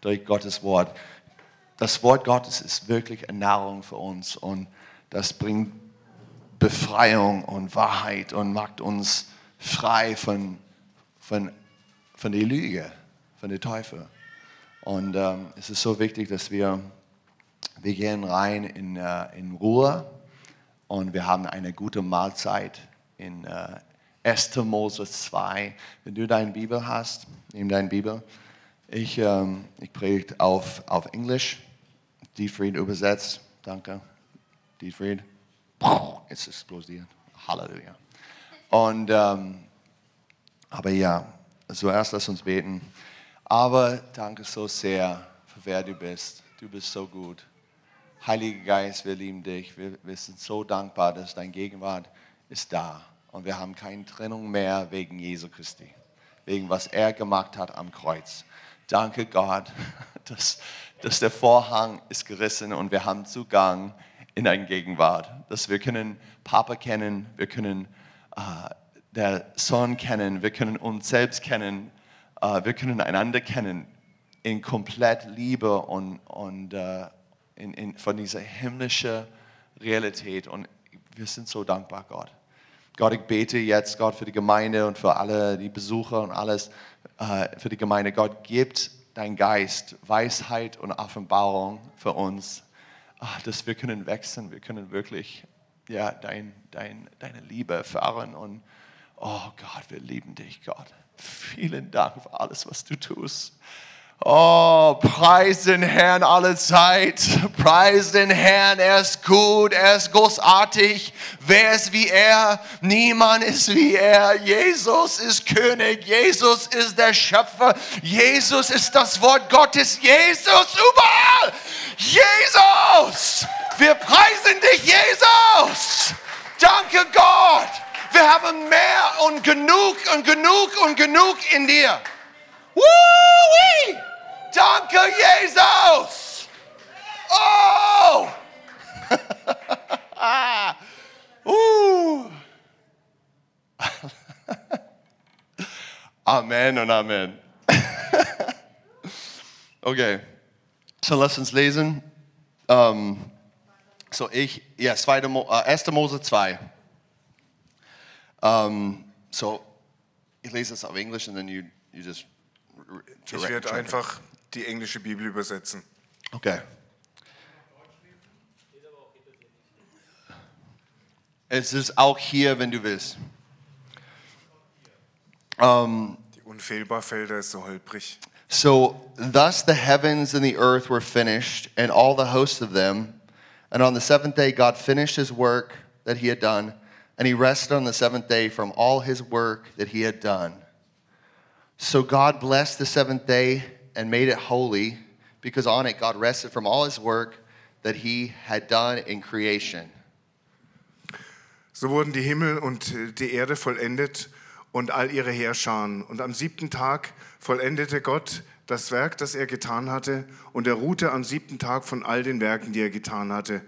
durch Gottes Wort. Das Wort Gottes ist wirklich eine Nahrung für uns und das bringt Befreiung und Wahrheit und macht uns frei von, von, von der Lüge, von der Teufel. Und ähm, es ist so wichtig, dass wir, wir gehen rein in, äh, in Ruhe und wir haben eine gute Mahlzeit in äh, 1. Mose 2. Wenn du deine Bibel hast, nimm deine Bibel. Ich, ähm, ich predige auf, auf Englisch. Dietfried übersetzt. Danke, Dietfried. Puh, Es explodiert. Halleluja. Und, ähm, aber ja, zuerst lass uns beten. Aber danke so sehr, für wer du bist. Du bist so gut. Heiliger Geist, wir lieben dich. Wir, wir sind so dankbar, dass deine Gegenwart ist da. Und wir haben keine Trennung mehr wegen Jesu Christi, wegen was er gemacht hat am Kreuz. Danke Gott, dass, dass der Vorhang ist gerissen und wir haben Zugang in deine Gegenwart. Dass wir können Papa kennen, wir können äh, der Sohn kennen, wir können uns selbst kennen, äh, wir können einander kennen in komplett Liebe und, und äh, in, in, von dieser himmlischen Realität. Und wir sind so dankbar, Gott. Gott, ich bete jetzt, Gott, für die Gemeinde und für alle die Besucher und alles, äh, für die Gemeinde. Gott, gibt dein Geist Weisheit und Offenbarung für uns, ah, dass wir können wachsen, wir können wirklich ja, dein, dein, deine Liebe erfahren. Und oh Gott, wir lieben dich, Gott. Vielen Dank für alles, was du tust. Oh, preis den Herrn alle Zeit. Preis den Herrn. Er ist gut. Er ist großartig. Wer ist wie er? Niemand ist wie er. Jesus ist König. Jesus ist der Schöpfer. Jesus ist das Wort Gottes. Jesus überall. Jesus. Wir preisen dich, Jesus. Danke Gott. Wir haben mehr und genug und genug und genug in dir. Woo-wee! Danke, Jesus! Oh! uh. Amen und Amen. okay, so lass uns lesen. Ähm, so ich, ja, 2. Mo, äh, 1. Mose 2. Ähm, so, ich lese es auf Englisch und dann you, you just r- r- Ich werde einfach die englische Bibel übersetzen. Okay. Es ist auch hier, wenn du willst. Die Unfehlbarfelder ist so holprig. So thus the heavens and the earth were finished, and all the hosts of them. And on the seventh day, God finished his work that he had done, and he rested on the seventh day from all his work that he had done. So God blessed the seventh day and made it holy, because on it God rested from all his work that he had done in creation. So wurden die Himmel und äh, die Erde vollendet und all ihre Heerscharen. Und am siebten Tag vollendete Gott das Werk, das er getan hatte, und er ruhte am siebten Tag von all den Werken, die er getan hatte.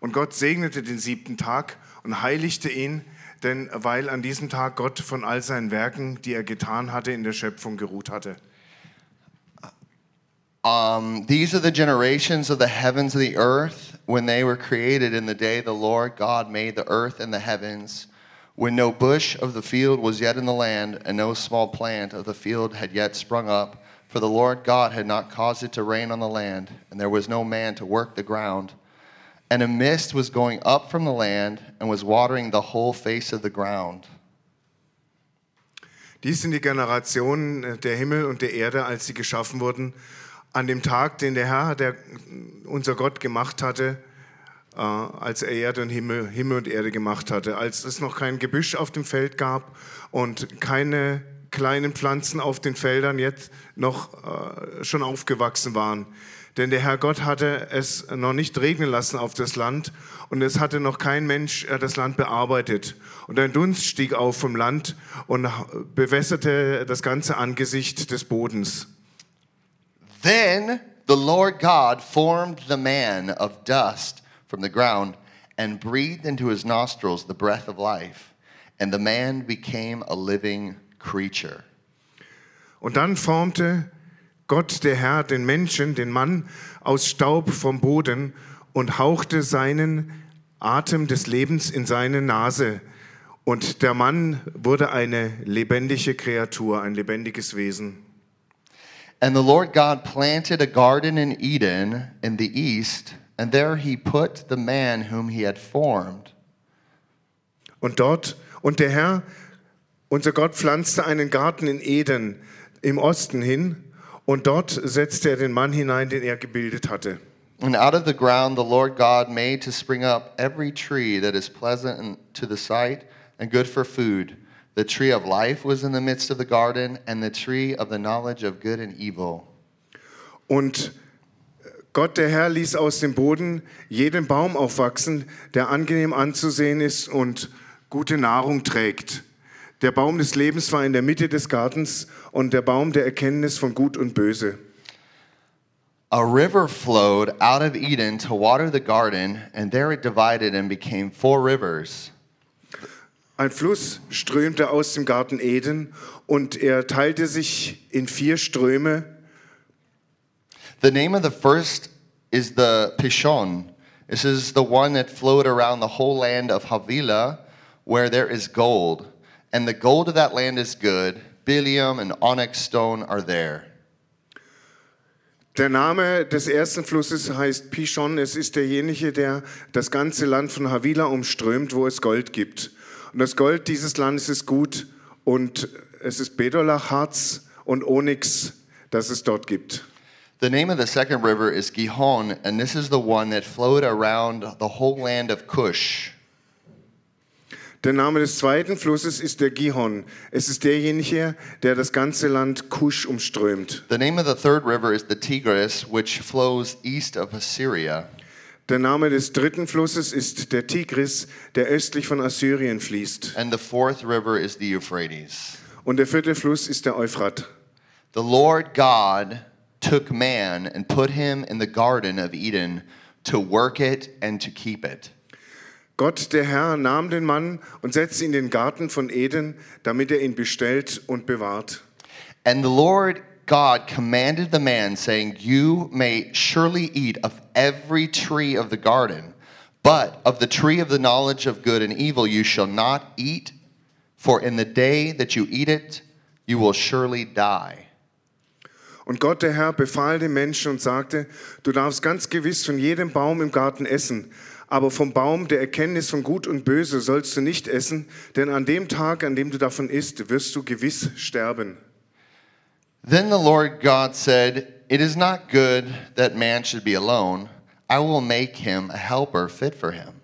Und Gott segnete den siebten Tag und heiligte ihn, denn weil an diesem Tag Gott von all seinen Werken, die er getan hatte, in der Schöpfung geruht hatte. Um, these are the generations of the heavens and the earth when they were created in the day the Lord God made the earth and the heavens, when no bush of the field was yet in the land, and no small plant of the field had yet sprung up. For the Lord God had not caused it to rain on the land, and there was no man to work the ground. And a mist was going up from the land and was watering the whole face of the ground. Dies sind die Generationen der Himmel und der Erde, als sie geschaffen wurden, an dem Tag, den der Herr, der unser Gott gemacht hatte, äh, als er Erde und Himmel, Himmel und Erde gemacht hatte, als es noch kein Gebüsch auf dem Feld gab und keine kleinen Pflanzen auf den Feldern jetzt noch äh, schon aufgewachsen waren. Denn der Herr Gott hatte es noch nicht regnen lassen auf das Land und es hatte noch kein Mensch äh, das Land bearbeitet. Und ein Dunst stieg auf vom Land und bewässerte das ganze Angesicht des Bodens. Then the Lord God formed the man of dust from the ground and breathed into his nostrils the breath of life, and the man became a living creature. Und dann formte Gott, der Herr, den Menschen, den Mann aus Staub vom Boden und hauchte seinen Atem des Lebens in seine Nase. Und der Mann wurde eine lebendige Kreatur, ein lebendiges Wesen. And the Lord God planted a garden in Eden in the east, and there he put the man whom he had formed. Und dort, und der Herr, unser Gott, pflanzte einen Garten in Eden im Osten hin, und dort setzte er den Mann hinein, den er gebildet hatte. And out of the ground the Lord God made to spring up every tree that is pleasant and- to the sight and good for food. The tree of life was in the midst of the garden, and the tree of the knowledge of good and evil. Und äh, Gott, der Herr, ließ aus dem Boden jeden Baum aufwachsen, der angenehm anzusehen ist und gute Nahrung trägt. Der Baum des Lebens war in der Mitte des Gartens und der Baum der Erkenntnis von Gut und Böse. A river flowed out of Eden to water the garden, and there it divided and became four rivers. Ein Fluss strömte aus dem Garten Eden und er teilte sich in vier Ströme. The name of the first is the Pishon. This is the one that flowed around the whole land of Havilah, where there is gold. And the gold of that land is good. Bilium and onyx stone are there. Der Name des ersten Flusses heißt Pishon. Es ist derjenige, der das ganze Land von Havila umströmt, wo es Gold gibt. Und das Gold dieses Landes ist gut und es ist Bedolachharz und Onyx, das es dort gibt. The name of the second river is Gihon, and this is the one that flowed around the whole land of Cush. Der Name des zweiten Flusses ist der Gihon. Es ist derjenige, der das ganze Land Kusch umströmt. The name of the third river is the Tigris, which flows east of Assyria. Der Name des dritten Flusses ist der Tigris, der östlich von Assyrien fließt. And the fourth river is the Euphrates. Und der vierte Fluss ist der Euphrat. The Lord God took man and put him in the Garden of Eden to work it and to keep it. Gott, der Herr, nahm den Mann und setzte ihn in den Garten von Eden, damit er ihn bestellt und bewahrt. And the Lord God commanded the man, saying, You may surely eat of every tree of the garden, but of the tree of the knowledge of good and evil you shall not eat, for in the day that you eat it, you will surely die. Und Gott, der Herr, befahl dem Menschen und sagte, du darfst ganz gewiss von jedem Baum im Garten essen, aber vom Baum der Erkenntnis von Gut und Böse sollst du nicht essen, denn an dem Tag, an dem du davon isst, wirst du gewiss sterben. Then the Lord God said, It is not good that man should be alone. I will make him a helper fit for him.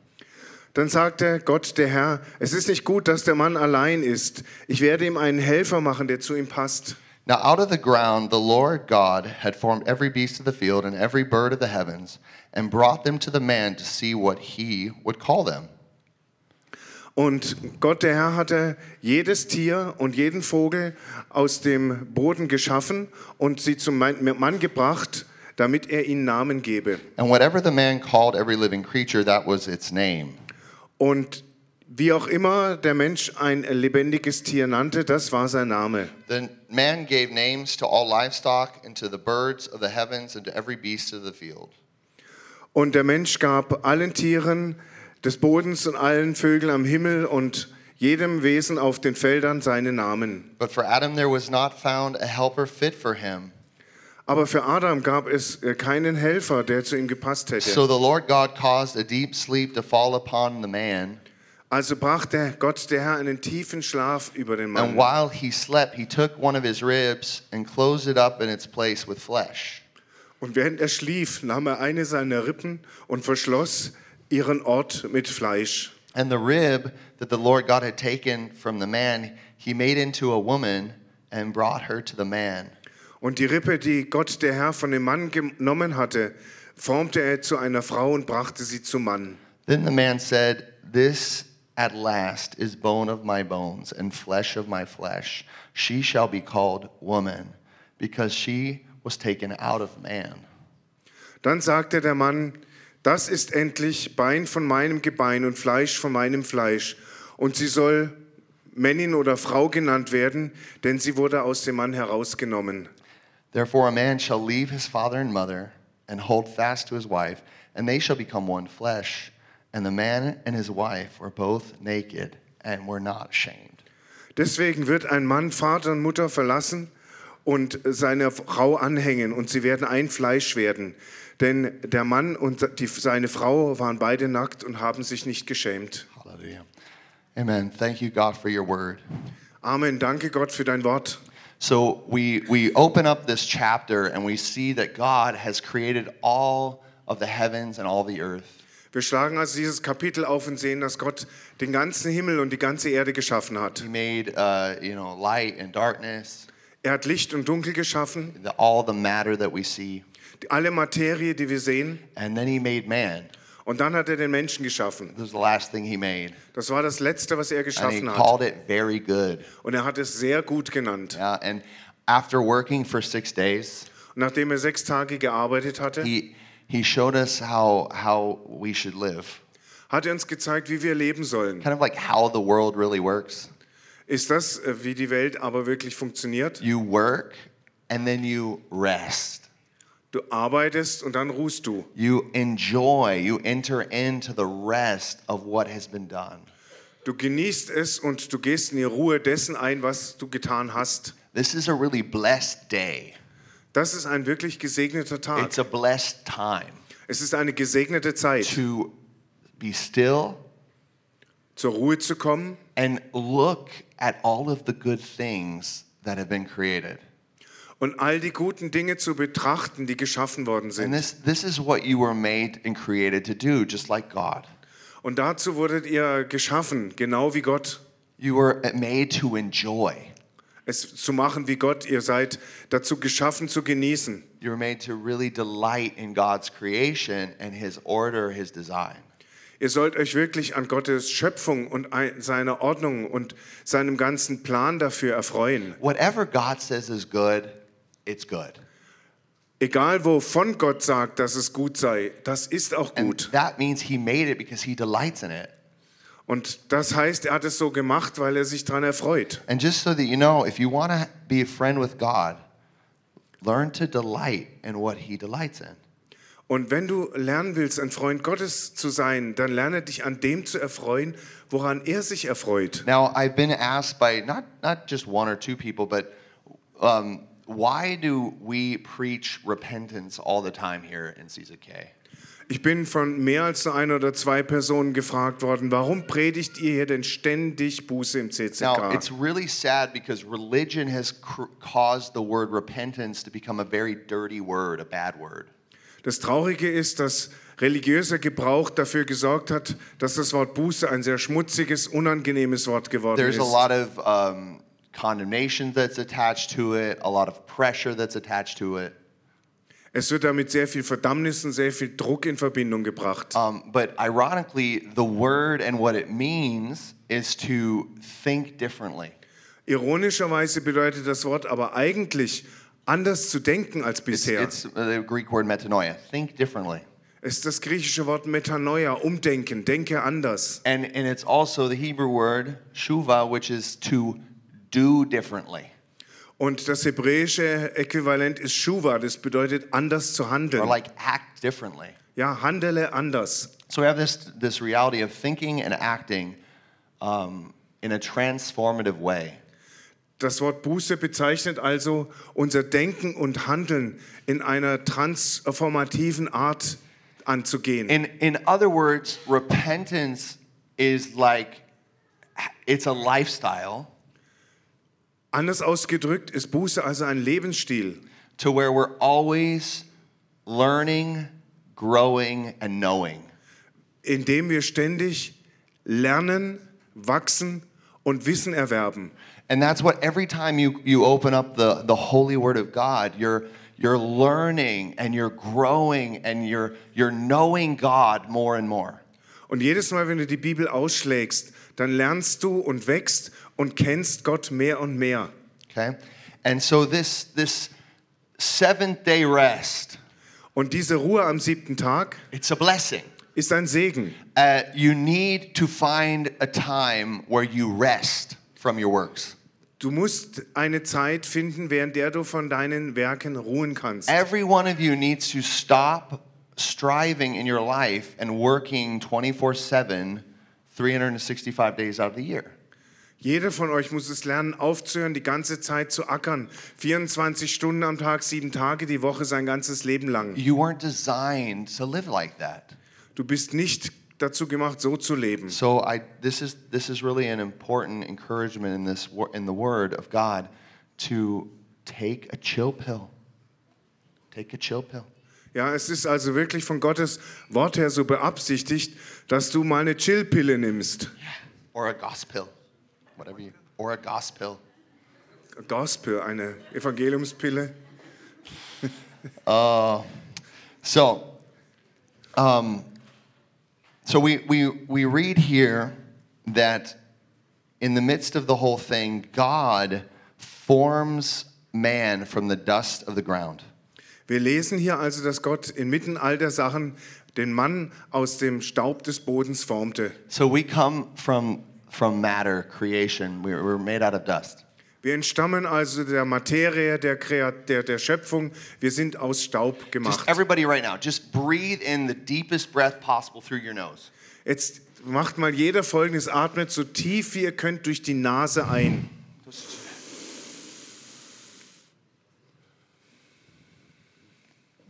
Dann sagte Gott der Herr, es ist nicht gut, dass der Mann allein ist. Ich werde ihm einen Helfer machen, der zu ihm passt. Now out of the ground the Lord God had formed every beast of the field and every bird of the heavens, and brought them to the man to see what he would call them. Und Gott der Herr hatte jedes Tier und jeden Vogel aus dem Boden geschaffen und sie zum Mann gebracht, damit er ihnen Namen gebe. And whatever the man called every living creature, that was its name. Und wie auch immer der Mensch ein lebendiges Tier nannte, das war sein Name. The man gave names to all livestock and to the birds of the heavens and to every beast of the field. Und der Mensch gab allen Tieren des Bodens und allen Vögeln am Himmel und jedem Wesen auf den Feldern seine Namen. But for Adam there was not found a helper fit for him. Aber für Adam gab es äh, keinen Helfer, der zu ihm gepasst hätte. So the Lord God caused a deep sleep to fall upon the man, also brachte Gott der Herr einen tiefen Schlaf über den and Mann. while he slept, he took one of his ribs and closed it up in its place with flesh. Und während er schlief, nahm er eine seiner Rippen und verschloss ihren Ort mit Fleisch. And the rib that the Lord God had taken from the man, he made into a woman and brought her to the man. Und die Rippe, die Gott der Herr von dem Mann genommen hatte, formte er zu einer Frau und brachte sie zum Mann. Then the man said, This at last is bone of my bones and flesh of my flesh. She shall be called woman, because she was taken out of man. Dann sagte der Mann, das ist endlich Bein von meinem Gebein und Fleisch von meinem Fleisch. Und sie soll Männin oder Frau genannt werden, denn sie wurde aus dem Mann herausgenommen. Therefore, a man shall leave his father and mother and hold fast to his wife, and they shall become one flesh. And the man and his wife were both naked and were not ashamed. Deswegen wird ein Mann Vater und Mutter verlassen und seiner Frau anhängen und sie werden ein Fleisch werden. Denn der Mann und die, seine Frau waren beide nackt und haben sich nicht geschämt. Hallelujah. Amen. Thank you, God, for your word. Amen. Danke Gott für dein Wort. So we, we open up this chapter and we see that God has created all of the heavens and all the earth. Wir schlagen also dieses Kapitel auf und sehen, dass Gott den ganzen Himmel und die ganze Erde geschaffen hat. He made, uh, you know, light and darkness, Er hat Licht und Dunkel geschaffen, the, all the matter that we see. die- alle Materie, die wir sehen. And then he made man. Und dann hat er den Menschen geschaffen. This is the last thing he made. Das war das Letzte, was er And he geschaffen hat. called it very good. Und er hat es sehr gut genannt. Uh, and after working for six days, Und nachdem er sechs Tage gearbeitet hatte, he, he showed us how, how we should live. hat er uns gezeigt, wie wir leben sollen. Kind of like how the world really works. Ist das, äh, wie die Welt aber wirklich funktioniert? You work and then you rest. Du arbeitest und dann ruhst du. You enjoy, you enter into the rest of what has been done. Du genießt es und du gehst in die Ruhe dessen ein, was du getan hast. This is a really blessed day. Das ist ein wirklich gesegneter Tag. It's a blessed time Es ist eine gesegnete Zeit, to be still zur Ruhe zu kommen and look at all of the good things that have been created. und all die guten Dinge zu betrachten, die geschaffen worden And sind. this, this is what you were made and created to do, just like God. Und dazu wurdet ihr geschaffen, genau wie Gott. You were made to enjoy. Es zu machen wie Gott. Ihr seid dazu geschaffen zu genießen. You were made to really delight in God's creation and His order, His design. Ihr sollt euch wirklich an Gottes Schöpfung und ein- seiner Ordnung und seinem ganzen Plan dafür erfreuen. Whatever God says is good, it's good. Egal wovon Gott sagt, dass es gut sei, das ist auch And gut. that means He made it because He delights in it. Und das heißt, er hat es so gemacht, weil er sich daran erfreut. And just so that you know, if you want to be a friend with God, learn to delight in what He delights in. Und wenn du lernen willst, ein Freund Gottes zu sein, dann lerne dich an dem zu erfreuen, woran er sich erfreut. Now, I've been asked by not, not just one or two people, but um, why do we preach repentance all the time here in CZK? Ich bin von mehr als nur ein oder zwei Personen gefragt worden, warum predigt ihr hier denn ständig Buße im Now, CCK? it's really sad because religion has cr- caused the word repentance to become a very dirty word, a bad word. Das Traurige ist, dass religiöser Gebrauch dafür gesorgt hat, dass das Wort Buße ein sehr schmutziges, unangenehmes Wort geworden There's ist. a lot of um, condemnation that's attached to it, a lot of pressure that's attached to it. Es wird damit sehr viel Verdammnis und sehr viel Druck in Verbindung gebracht. Um, but ironically, the word and what it means is to think differently. Ironischerweise bedeutet das Wort aber eigentlich, anders zu denken als bisher. It's uh, the Greek word metanoia, think differently. Es ist das griechische Wort Metanoia, umdenken, denke anders. And, and it's also the Hebrew word shuva, which is to do differently, Und das hebräische Äquivalent ist Shuva, das bedeutet anders zu or handeln. like act differently. Ja, handele anders. So we have this, this reality of thinking and acting um, in a transformative way. Das Wort Buße bezeichnet also unser Denken und Handeln in einer transformativen Art anzugehen. In, in other words, repentance is like, it's a lifestyle Anders ausgedrückt ist Buße also ein Lebensstil, to where we're always learning, growing, and knowing. in dem wir ständig lernen, wachsen und Wissen erwerben. And that's what every time you, you open up the, the holy word of God, you're, you're learning and you're growing and you're, you're knowing God more and more. Und jedes Mal, wenn du die Bibel ausschlägst, dann lernst du und wächst und kennst Gott mehr und mehr. Okay? And so this, this seventh day rest, Und diese Ruhe am siebten Tag it's a blessing. ist ein Segen. Uh, you need to find a time where you rest from your works. Du musst eine Zeit finden, während der du von deinen Werken ruhen kannst. Every one of you needs to stop striving in your life and working 24 7, 365 days out of the year. Jeder von euch muss es lernen, aufzuhören, die ganze Zeit zu ackern. 24 Stunden am Tag, sieben Tage die Woche, sein ganzes Leben lang. You weren't designed to live like that. Du bist nicht dazu gemacht, so zu leben. So I, this is this is really an important encouragement in this wo- in the Word of God to take a chill pill. Take a chill pill. Ja, es ist also wirklich von Gottes Wort her so beabsichtigt, dass du mal eine Chillpille nimmst. or a gospel, whatever you, or a gospel. Gospel, eine Evangeliumspille. So, um, so we, we, we read here that in the midst of the whole thing, God forms man from the dust of the ground. Wir lesen hier also, dass Gott inmitten all der Sachen den Mann aus dem Staub des Bodens formte. So we come from, from matter, creation. We're, we're made out of dust. Wir entstammen also der Materie, der, Kreat der, der Schöpfung. Wir sind aus Staub Just gemacht. everybody right now, just breathe in the deepest breath possible through your nose. Jetzt macht mal jeder folgendes: Atmet so tief wie ihr könnt durch die Nase ein.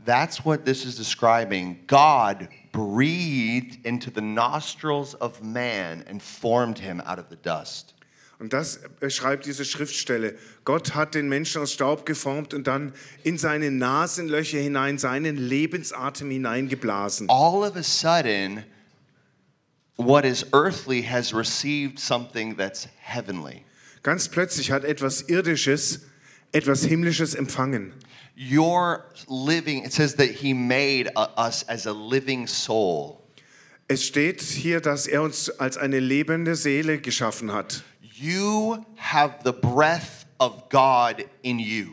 That's what this is describing. God breathed into the nostrils of man and formed him out of the dust. Und das beschreibt diese Schriftstelle. Gott hat den Menschen aus Staub geformt und dann in seine Nasenlöcher hinein seinen Lebensatem hineingeblasen. All of a sudden, what is earthly has received something that's heavenly. Ganz plötzlich hat etwas Irdisches etwas Himmlisches empfangen. Your living, it says that he made uh, us as a living soul. Es steht hier, dass er uns als eine lebende Seele geschaffen hat. You have the breath of God in you,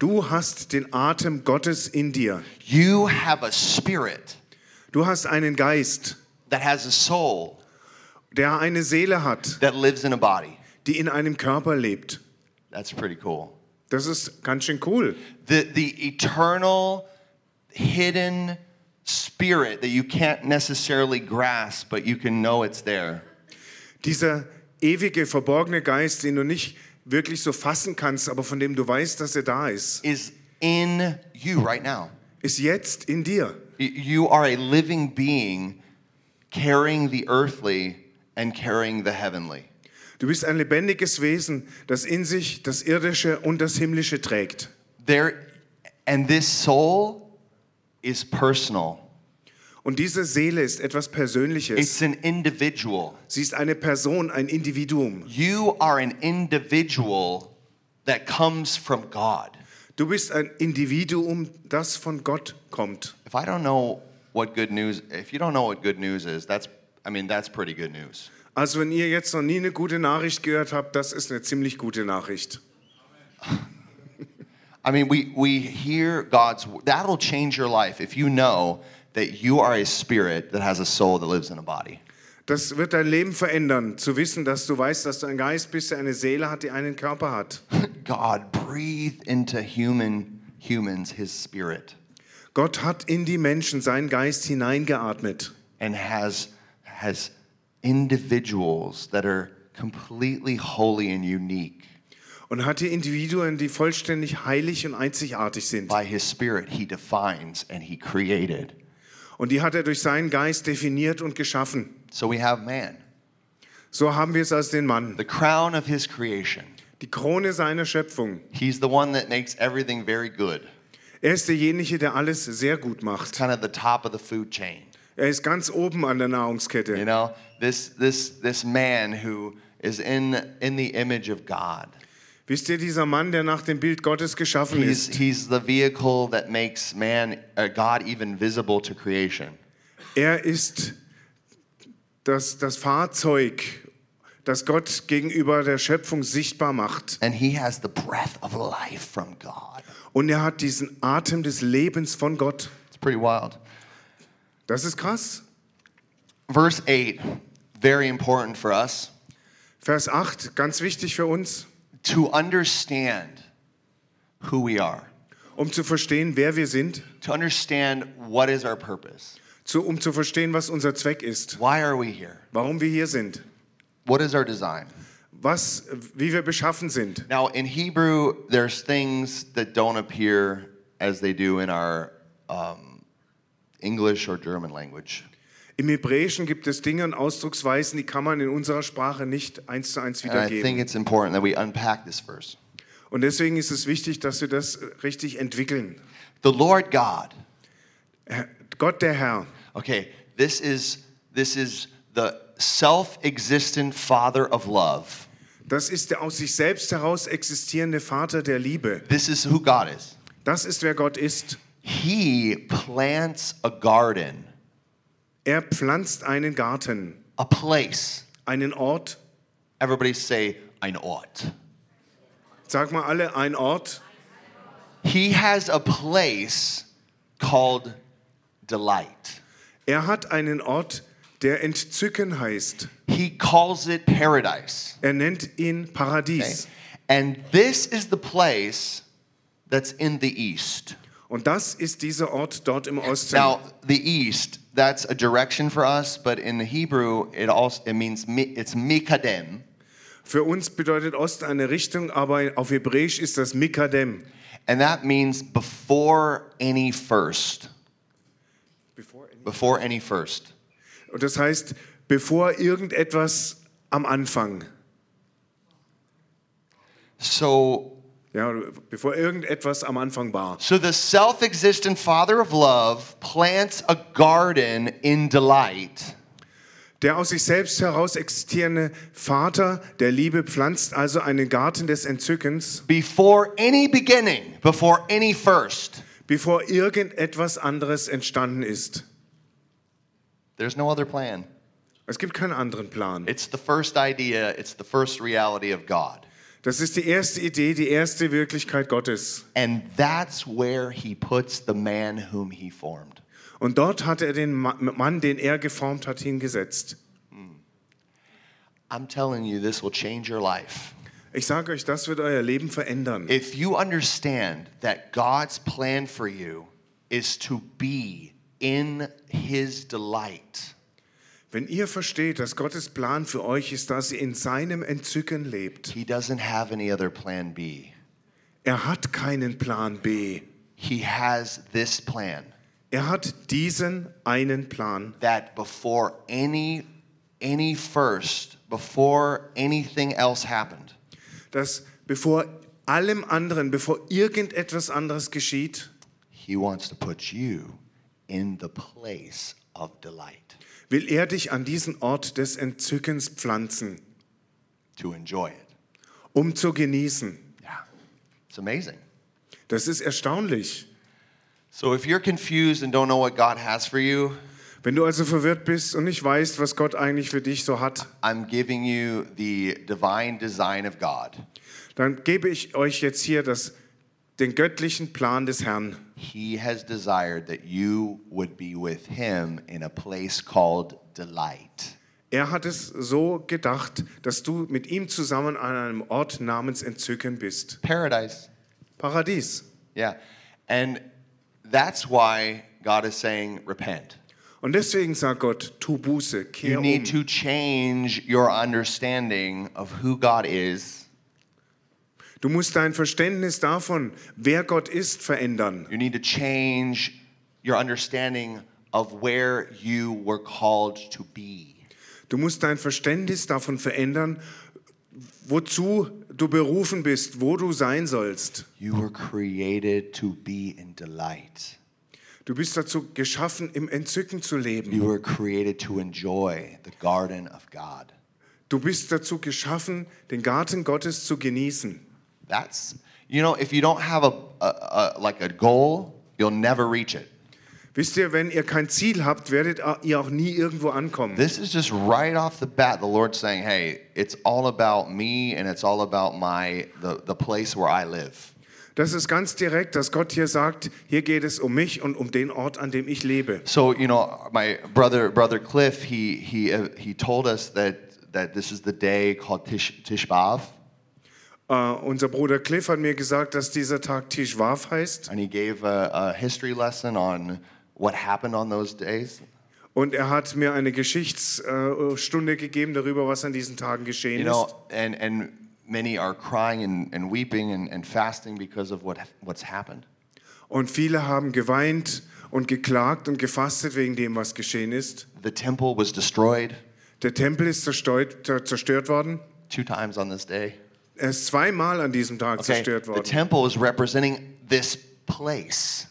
Du hast den Atem Gottes in dir. you have a spirit Du hast einen Geist, that has a soul der eine Seele hat, that lives in a body. die in einem Körper lebt. That's pretty cool. Das ist ganz schön cool. the, the eternal hidden spirit that you can't necessarily grasp, but you can know it's there. Dieser ewige, verborgene Geist, den du nicht wirklich so fassen kannst, aber von dem du weißt, dass er da ist, Is in you right now. ist jetzt in dir. Y- You are a living being carrying the earthly and carrying the heavenly. Du bist ein lebendiges Wesen, das in sich das Irdische und das Himmlische trägt. There and this soul is personal. Und diese Seele ist etwas Persönliches. It's an individual. Sie ist eine Person, ein Individuum. You are an individual that comes from God. Du bist ein Individuum, das von Gott kommt. if I don't know what good news, if you don't know what good news is, that's, I mean, that's pretty good news. Also wenn ihr jetzt noch nie eine gute Nachricht gehört habt, das ist eine ziemlich gute Nachricht. I mean, we, we hear God's, that'll change your life if you know that you are a spirit that has a soul that lives in a body. Das wird dein Leben verändern, zu wissen, dass du weißt, dass du ein Geist bist, der eine Seele hat, die einen Körper hat. God breathed into human humans his spirit Gott hat in die Menschen seinen Geist hineingeatmet. and has has individuals that are completely holy and unique. Und hat die Individuen, die vollständig heilig und einzigartig sind. By his spirit he defines and he created. Und die hat er durch seinen Geist definiert und geschaffen. So we have man, So haben wir es als den Mann. the crown of his creation. Die Krone seiner Schöpfung. He's the one that makes everything very good. Er ist derjenige, der alles sehr gut macht. Kind of the top of the food chain. Er ist ganz oben an der You Nahrungskette. know, this this this man who is in in the image of God. Wisst ihr, dieser Mann, der nach dem Bild Gottes geschaffen He's ist, he's the vehicle that makes man uh, God even visible to creation. er ist das, das Fahrzeug, das Gott gegenüber der Schöpfung sichtbar macht. And he has the breath of life from God. Und er hat diesen Atem des Lebens von Gott. It's pretty wild. Das ist krass. Verse 8, very important for us. Vers 8, ganz wichtig für uns. to understand who we are, um zu verstehen, wer wir sind, to understand what is our purpose, zu, um zu verstehen, was unser Zweck ist, why are we here, warum wir hier sind, what is our design. was, wie wir beschaffen sind. Now, in Hebrew, there's things that don't appear as they do in our um, English or German language. Im Hebräischen gibt es Dinge und Ausdrucksweisen, die kann man in unserer Sprache nicht eins zu eins And I think wiedergeben. it's important that we unpack this verse. Und deswegen ist es wichtig, dass wir das richtig entwickeln. The Lord God. Herr- Gott der Herr, Okay, this is this is the self-existent Father of love. das ist der aus sich selbst heraus existierende Vater der Liebe. This is who God is. Das ist, wer Gott ist. He plants a garden, Er pflanzt einen Garten, a place. einen Ort. Everybody say ein Ort. Sag mal alle, ein Ort. He has a place called delight. Er hat einen Ort, der Entzücken heißt. He calls it paradise. Er nennt ihn okay? Paradies. And this is the place that's in the east. Und das ist dieser Ort dort im Osten. Now, the east, that's a direction for us, but in the Hebrew, it also it means mi- it's Mikadem. Für uns bedeutet Ost eine Richtung, aber auf Hebräisch ist das Mikadem. And that means before any first. Before any first. Und das heißt, bevor irgendetwas am Anfang, So, ja, bevor irgendetwas am Anfang war. so the self-existent Father of love plants a garden in delight. Der aus sich selbst heraus existierende Vater der Liebe pflanzt also einen Garten des Entzückens, before any beginning, before any first. bevor irgendetwas anderes entstanden ist. There's no other plan. Es gibt keinen anderen Plan. It's the first idea, it's the first reality of God. Das ist die erste Idee, die erste Wirklichkeit Gottes. And that's where he puts the man whom he formed. Und dort hat er den Ma- Mann, den er geformt hat, hingesetzt. I'm telling you, this will change your life. Ich sage euch, das wird euer Leben verändern. If you understand that God's plan for you is to be in his delight, Wenn ihr versteht, dass Gottes Plan für euch ist, dass ihr in seinem Entzücken lebt, he doesn't have any other plan B. er hat keinen Plan B. He has this plan. Er hat diesen einen Plan, that before any any first before anything else happened dass bevor allem anderen, bevor irgendetwas anderes geschieht, he wants to put you in the place of delight will er dich an diesen Ort des Entzückens pflanzen, to enjoy it um zu genießen. yeah it's amazing Das ist erstaunlich. so if you're confused and don't know what god has for you Wenn du also verwirrt bist und nicht weißt, was Gott eigentlich für dich so hat, i'm giving you the divine design of god dann gebe ich euch jetzt hier das, den göttlichen Plan des Herrn. he has desired that you would be with him in a place called delight Er hat es so gedacht, dass du mit ihm zusammen an einem Ort namens Entzücken bist. paradise Paradies. Yeah. And that's why God is saying, repent. Und deswegen sagt Gott, tu Buße, You kehr need um. to change your understanding of who God is. Du musst dein Verständnis davon, wer Gott ist, verändern. You need to change your understanding of where you were called to be. Du musst dein Verständnis davon verändern, wozu du berufen bist, wo du sein sollst. You were created to be in delight. Du bist dazu geschaffen, im Entzücken zu leben. You were created to enjoy the garden of God. Du bist dazu geschaffen, den Garten Gottes zu genießen. That's, you know, if you don't have a, a, a like a goal, you'll never reach it. Wisst ihr, wenn ihr kein Ziel habt, werdet ihr auch nie irgendwo ankommen. This is just right off the bat, the Lord saying, "Hey, it's all about me, and it's all about my the the place where I live." Das ist ganz direkt, dass Gott hier sagt, hier geht es um mich und um den Ort, an dem ich lebe. So you know, my brother brother Cliff, he he uh, he told us that that this is the day called Tish, Tishbav, Äh, unser Bruder Cliff hat mir gesagt, dass dieser Tag Tishwaf heißt. and he gave a, a history lesson on what happened on those days. Und er hat mir eine Geschichtsstunde gegeben darüber, was an diesen Tagen geschehen You ist. know, and, and many are crying and, and weeping and, and fasting because of what, what's happened. Und viele haben geweint und geklagt und gefastet wegen dem, was geschehen ist. The temple was destroyed Der Tempel ist zerstört, äh, zerstört worden. two times on this day. Er ist zweimal an diesem Tag Okay, zerstört the worden. temple is representing this place.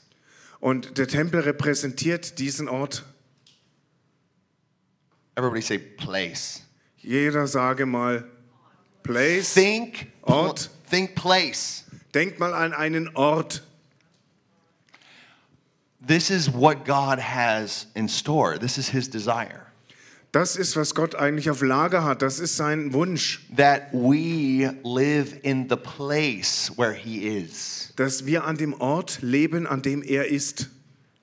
Und der Tempel repräsentiert diesen Ort. Everybody say place. Jeder sage mal Place. Think Ort. Think place. Denkt mal an einen Ort. This is what God has in store. This is His desire Das ist, was Gott eigentlich auf Lager hat. Das ist sein Wunsch, that we live in the place where He is, dass wir an dem Ort leben, an dem er ist.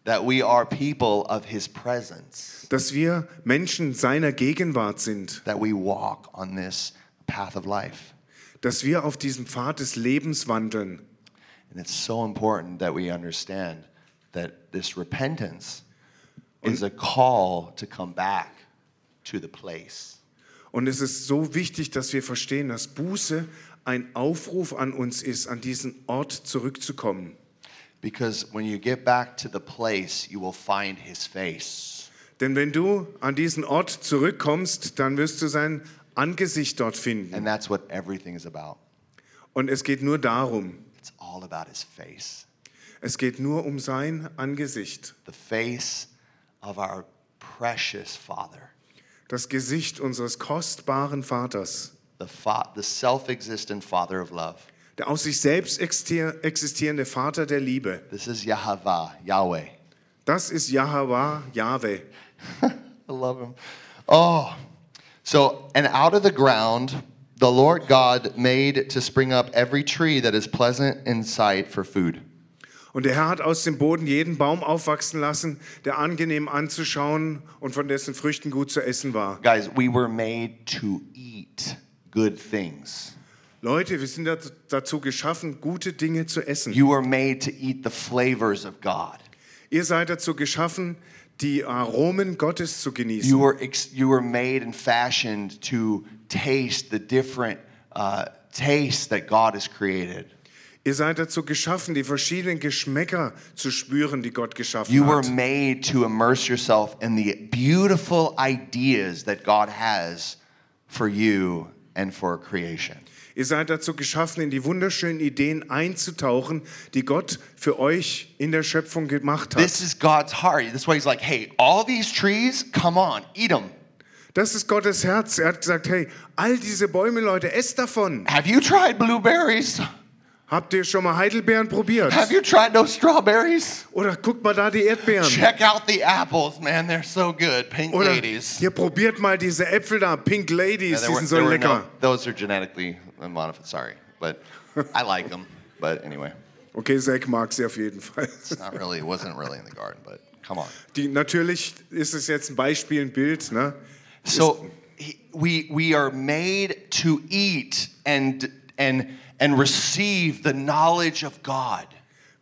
that we are people of His presence, Dass wir Menschen seiner Gegenwart sind. that we walk on this path of life. Dass wir auf diesem Pfad des Lebens wandeln. And it's so important that we understand that this repentance is a call to come back to the place. Und es ist so wichtig, dass wir verstehen, dass Buße ein Aufruf an uns ist, an diesen Ort zurückzukommen. Because when you get back to the place, you will find his face. Denn wenn du an diesen Ort zurückkommst, dann wirst du sein Angesicht dort finden. And that's what everything is about. Und es geht nur darum. It's all about his face Es geht nur um sein Angesicht. the face of our precious Father, Das Gesicht unseres kostbaren Vaters, the, fa- the self existent Father of love. der aus sich selbst existier- existierende Vater der Liebe. This is Yahweh, Yahweh. Das ist Yahweh, Yahweh. I love him. Oh, so, and out of the ground, the Lord God made to spring up every tree that is pleasant in sight for food. Und der Herr hat aus dem Boden jeden Baum aufwachsen lassen, der angenehm anzuschauen und von dessen Früchten gut zu essen war. Guys, we were made to eat good things. Leute, wir sind dat- dazu geschaffen, gute Dinge zu essen. You were made to eat the flavors of God. Ihr seid dazu geschaffen, die Aromen Gottes zu You genießen. were, ex- you were made and fashioned to taste the different uh, tastes that God has created. Ihr seid dazu geschaffen, die verschiedenen Geschmäcker zu spüren, die Gott You geschaffen were hat. made to immerse yourself in the beautiful ideas that God has for you and for creation. Ihr seid dazu geschaffen, in die wunderschönen Ideen einzutauchen, die Gott für euch in der Schöpfung gemacht hat. This is God's heart. That's why He's like, hey, all these trees, come on, eat them. Das ist Gottes Herz. Er hat gesagt, hey, all diese Bäume, Leute, esst davon. Have you tried blueberries? Habt ihr schon mal Heidelbeeren probiert? Have you tried those strawberries? Oder guckt mal da die Erdbeeren. Check out the apples, man. They're so good. Pink Oder ladies. hier probiert mal diese Äpfel da, Pink Yeah, there Ladies, die sind were- so there were no- lecker. those are genetically modified. Sorry, but I like them. But anyway, Okay, Zack mag sie auf jeden Fall. it's not really. It wasn't really in the garden, but come on. Die, natürlich ist es jetzt ein Beispiel, ein Bild. Ne? So he- we we are made to eat and and and receive the knowledge of God.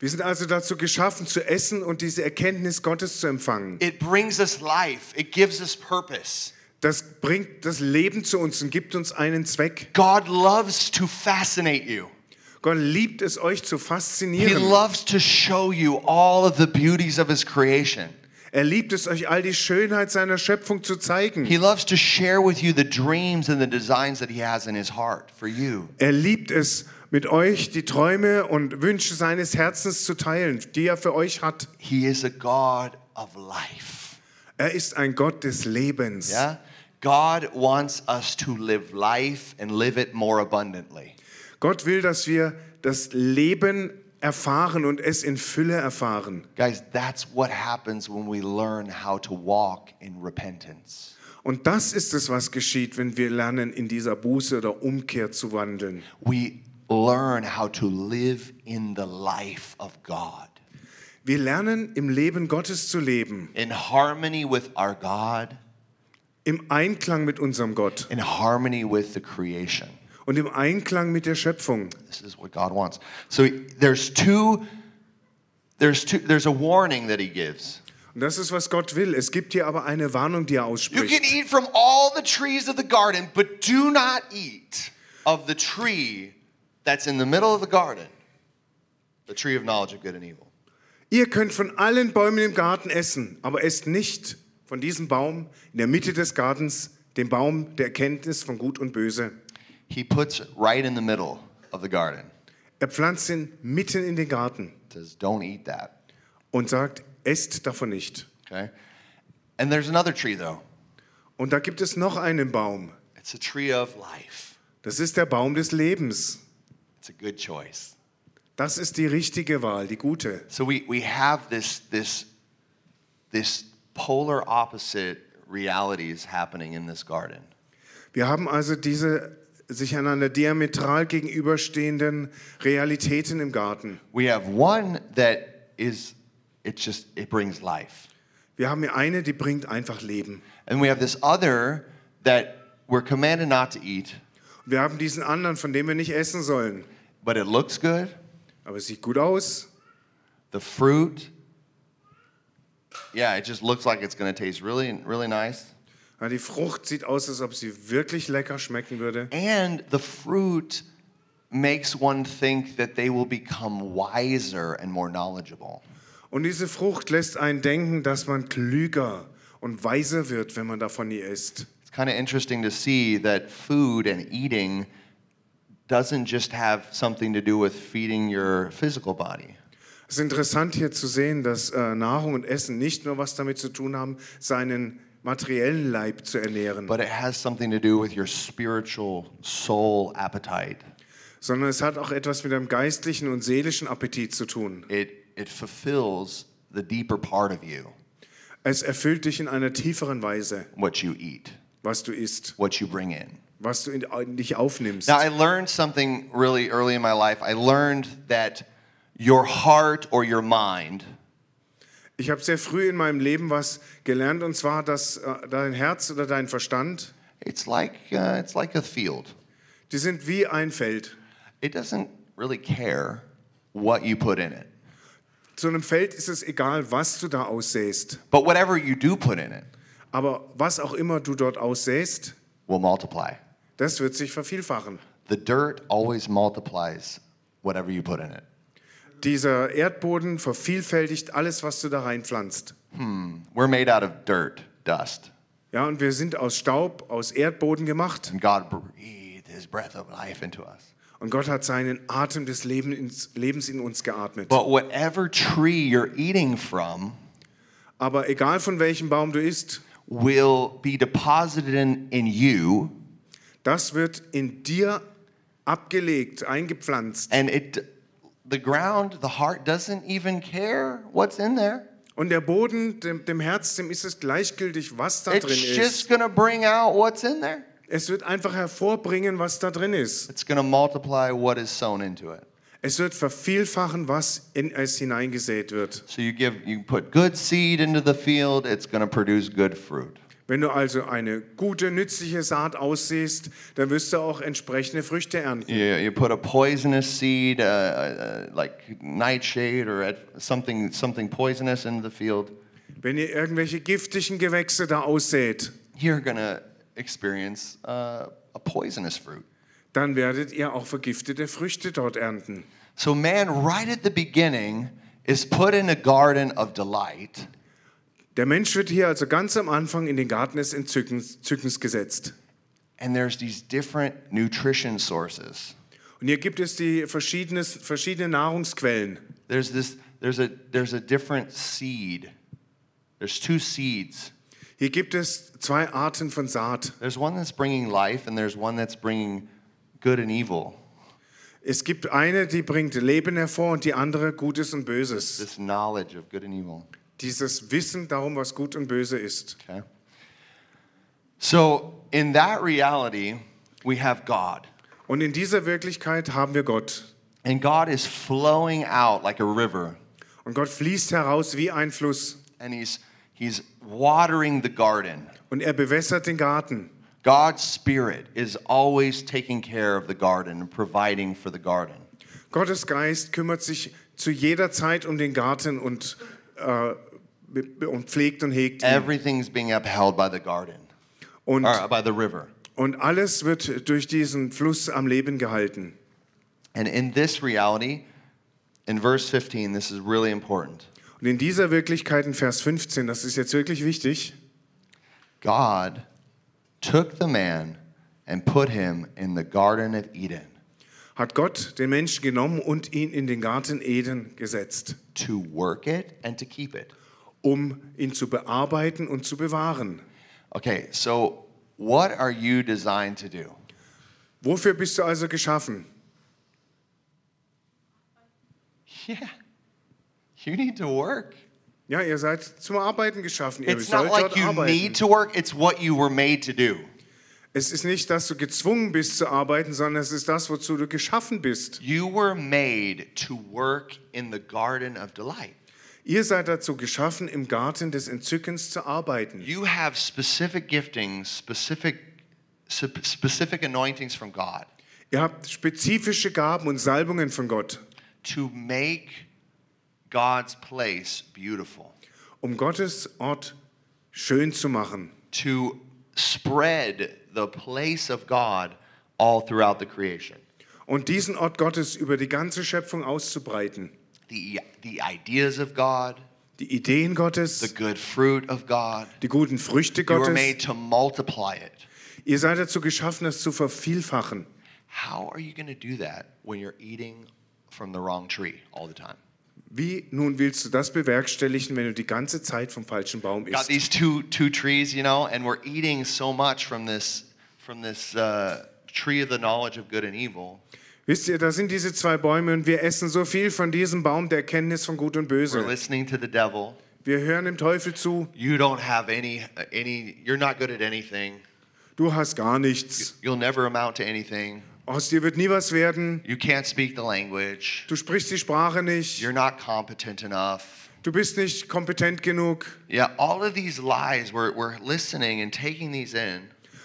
Wir sind also dazu geschaffen, zu essen und diese Erkenntnis Gottes zu empfangen. It brings us life. It gives us purpose. Das bringt das Leben zu uns und gibt uns einen Zweck. God loves to fascinate you. Gott liebt es, euch zu He faszinieren. loves to show you all of the beauties of his creation. Er liebt es, euch all die Schönheit seiner Schöpfung zu zeigen. He loves to share with you the dreams and the designs that he has in his heart for you. Er liebt es, mit euch die Träume und Wünsche seines Herzens zu teilen, die er für euch hat. He is a God of life. Er ist ein Gott des Lebens. Yeah? God wants us to live life and live it more abundantly. Gott will, dass wir das Leben erfahren und es in Fülle erfahren. Guys, that's what happens when we learn how to walk in repentance. Und das ist es, was geschieht, wenn wir lernen, in dieser Buße oder Umkehr zu wandeln. We learn how to live in the life of God, Wir lernen, im Leben Gottes zu leben, in harmony with our God, im Einklang mit unserem Gott in harmony with the creation. und im Einklang mit der Schöpfung. This is what God wants. So there's two, there's two, there's a warning that he gives. Und das ist, was Gott will. Es gibt hier aber eine Warnung, die er You ausspricht. can eat from all the trees of the garden, but do not eat of the tree that's in the middle of the garden, the tree of knowledge of good and evil. Ihr könnt von allen Bäumen im Garten essen, aber esst nicht von diesem Baum in der Mitte des Gartens, dem Baum der Erkenntnis von Gut und Böse. He puts it right in the middle of the garden. Er pflanzt ihn mitten in den Garten Says, don't eat that. und sagt, esst davon nicht. Okay? And there's another tree, though. Und da gibt es noch einen Baum. It's a tree of life. Das ist der Baum des Lebens. It's a good choice. Das ist die richtige Wahl, die gute. So we, we have this, this, this polar opposite realities happening in this garden. Wir haben also diese sich einander diametral gegenüberstehenden Realitäten im Garten. We have one that is, it just, it brings life. Wir haben hier eine, die bringt einfach Leben. And we have this other that we're commanded not to eat, Wir haben diesen anderen, von dem wir nicht essen sollen. but it looks good. Aber es sieht gut aus. The fruit, yeah, it just looks like it's gonna taste really, really nice. Ja, die Frucht sieht aus, als ob sie wirklich lecker schmecken würde. And the fruit makes one think that they will become wiser and more knowledgeable. Und diese Frucht lässt einen denken, dass man klüger und weiser wird, wenn man davon nie isst. It's kind of interesting to see that food and eating doesn't just have something to do with feeding your physical body. Es ist interessant hier zu sehen, dass äh, Nahrung und Essen nicht nur was damit zu tun haben, seinen materiellen Leib zu ernähren, but it has something to do with your spiritual soul appetite. sondern es hat auch etwas mit einem geistlichen und seelischen Appetit zu tun. It, it fulfills the deeper part of you, Es erfüllt dich in einer tieferen Weise, what you eat, was du isst, what you bring in. was du in, in dich aufnimmst. Now, I learned something really early in my life. I learned that your heart or your mind Ich habe sehr früh in meinem Leben was gelernt, und zwar, dass äh, dein Herz oder dein Verstand, it's like uh, it's like a field. die sind wie ein Feld. It doesn't really care what you put in it, Zu einem Feld ist es egal, was du da aussäst. but whatever you do put in it Aber was auch immer du dort aussäst, will multiply. das wird sich vervielfachen. The dirt always multiplies whatever you put in it. Dieser Erdboden vervielfältigt alles, was du da reinpflanzt. We're made out of dirt, dust. Ja, und wir sind aus Staub, aus Erdboden gemacht. And God breathed his breath of life into us. Und Gott hat seinen Atem des Leben ins, Lebens in uns geatmet. But whatever tree you're eating from Aber egal von welchem Baum du isst, will be deposited in, in you, das wird in dir abgelegt, eingepflanzt. and it, the ground, the heart doesn't even care what's in there. Und der Boden, dem, dem Herz, dem ist es gleichgültig, was da It's drin ist. just gonna bring out what's in there. Es wird einfach hervorbringen, was da drin ist. It's gonna multiply what is sown into it. Es wird vervielfachen, was in es hineingesät wird. So you give, you put good seed into the field. It's gonna produce good fruit. Wenn du also eine gute, nützliche Saat aussäst, dann wirst du auch entsprechende Früchte ernten. You, you put a poisonous seed, uh, uh, like nightshade or at- something, something poisonous into the field, Wenn ihr irgendwelche giftigen Gewächse da aussät, you're going to experience uh, a poisonous fruit. dann werdet ihr auch vergiftete Früchte dort ernten. So, man, right at the beginning, is put in a garden of delight, Der Mensch wird hier also ganz am Anfang in den Garten des Entzückens, Entzückens gesetzt. and there's these different nutrition sources. Und hier gibt es die verschiedenes, verschiedene Nahrungsquellen. There's this, there's a, there's a different seed. There's two seeds. Hier gibt es zwei Arten von Saat. There's one that's bringing life, and there's one that's bringing good and evil. Es gibt eine, die bringt Leben hervor und die andere Gutes und Böses. This knowledge of good and evil. Dieses Wissen darum, was gut und böse ist. Okay. So, in that reality, we have God. Und in dieser Wirklichkeit haben wir Gott. And God is flowing out like a river, Und Gott fließt heraus wie ein Fluss and he's he's watering the garden. und er bewässert den Garten. God's Spirit is always taking care of the garden and providing for the garden. Gottes Geist kümmert sich zu jeder Zeit um den Garten und, äh, be- be- und pflegt und hegt ihn. Everything's being upheld by the garden, Und, or by the river. und alles wird durch diesen Fluss am Leben gehalten. And in this reality, in verse 15, this is really important. Und in dieser Wirklichkeit in Vers 15, das ist jetzt wirklich wichtig, God took the man and put him in the Garden of Eden hat Gott den Menschen genommen und ihn in den Garten Eden gesetzt, to work it and to keep it. um ihn zu bearbeiten und zu bewahren. Okay, so what are you designed to do? Wofür bist du also geschaffen? Yeah, you need to work. Ja, ihr seid zum Arbeiten geschaffen. Ihr It's sollt not like dort you arbeiten. need to work, it's what you were made to do. Es ist nicht, dass du gezwungen bist zu arbeiten, sondern es ist das, wozu du geschaffen bist. You were made to work in the Garden of Delight. Ihr seid dazu geschaffen, im Garten des Entzückens zu arbeiten. You have specific giftings, specific, sp- specific anointings from God Ihr habt spezifische Gaben und Salbungen von Gott, to make God's place beautiful, um Gottes Ort schön zu machen, to spread the place of God all throughout the creation. und diesen Ort Gottes über die ganze Schöpfung auszubreiten. The, the ideas of God, Die Ideen the Gottes, good fruit of God. die guten Früchte You were made Gottes. to multiply it. Ihr seid dazu geschaffen, das zu vervielfachen. How are you going to do that when you're eating from the wrong tree all the time? Wie nun willst du das bewerkstelligen, wenn du die ganze Zeit vom falschen Baum got isst? these two two trees, you know, and we're eating so much from this from this uh, tree of the knowledge of good and evil. Wisst ihr, da sind diese zwei Bäume und wir essen so viel von diesem Baum der Erkenntnis von Gut und We're Böse. listening to the devil. Wir hören dem Teufel zu, You don't have any any. You're not good at anything. du hast gar nichts, You'll never amount to anything. aus dir wird nie was werden, You can't speak the language. du sprichst die Sprache nicht, You're not competent enough. du bist nicht kompetent genug. Yeah, all of these lies. We're we're listening and taking these in,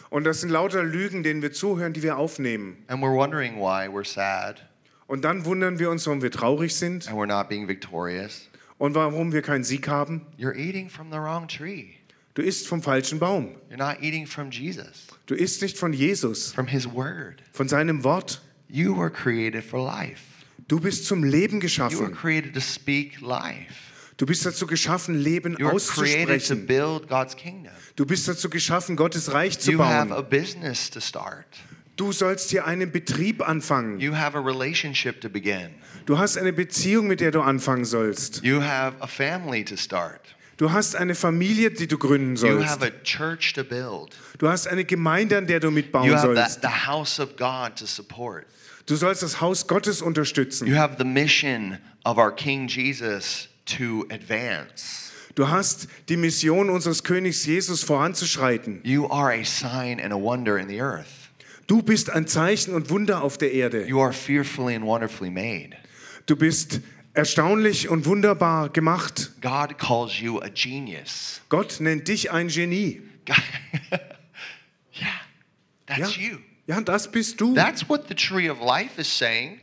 Und das sind lauter Lügen, denen wir zuhören, die wir aufnehmen. and we're wondering why we're sad Und dann wundern wir uns, warum wir traurig sind and we're not being victorious. und warum wir keinen Sieg haben. You're eating from the wrong tree. Du isst vom falschen Baum. You're not eating from Jesus. Du isst nicht von Jesus, from his word. von seinem Wort. You were created for life. Du bist zum Leben You were geschaffen. created to speak life. Du bist dazu geschaffen, Leben You were created to auszusprechen. build God's kingdom. Du bist dazu geschaffen, Gottes Reich zu You have a bauen. business to start. Du sollst hier einen Betrieb anfangen. You have a relationship to begin. Du hast eine Beziehung, mit der du anfangen sollst. You have a family to start. Du hast eine Familie, die du gründen You have sollst. a church to build. Du hast eine Gemeinde, an der du You mitbauen have that, sollst. the house of God to support. Du sollst das Haus Gottes You unterstützen. have the mission of our King Jesus to advance. Du hast die Mission unseres Königs Jesus voranzuschreiten. You are a sign and a wonder in the earth. Du bist ein Zeichen und Wunder auf der Erde. You are fearfully and wonderfully made. Du bist erstaunlich und wunderbar gemacht. God calls you a genius. Gott nennt dich ein Genie. God, yeah, Ja, that's you. ja das bist du. That's what the tree of life is saying.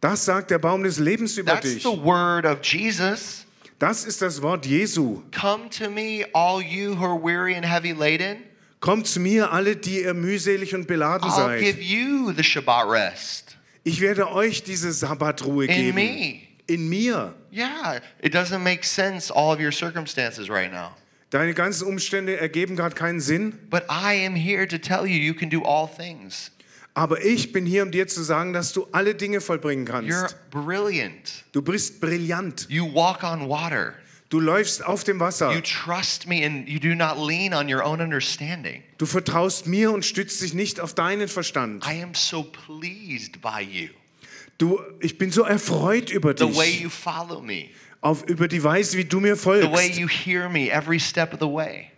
Das sagt der Baum des Lebens über That's dich. the word of Jesus. Das ist das Wort Jesu. Come to me, all you who are weary and heavy laden. Kommt zu mir, alle, die ihr mühselig und beladen I'll give seid. you the Shabbat rest Ich werde euch diese Sabbatruhe in geben. me. In mir. Yeah, it doesn't make sense, all of your circumstances right now. Deine ganzen Umstände ergeben gerade keinen Sinn, But I am here to tell you, you can do all things. aber ich bin hier, um dir zu sagen, dass du alle Dinge vollbringen You're kannst. brilliant. Du bist brillant. You walk on water. Du läufst auf dem You Wasser. trust me and you do not lean on your own understanding. Du vertraust mir und stützt dich nicht auf deinen Verstand. I am so pleased by you. Du, ich bin so erfreut über The way dich, you follow me, auf, über die Weise, wie du mir the way folgst, you hear me every step of the way.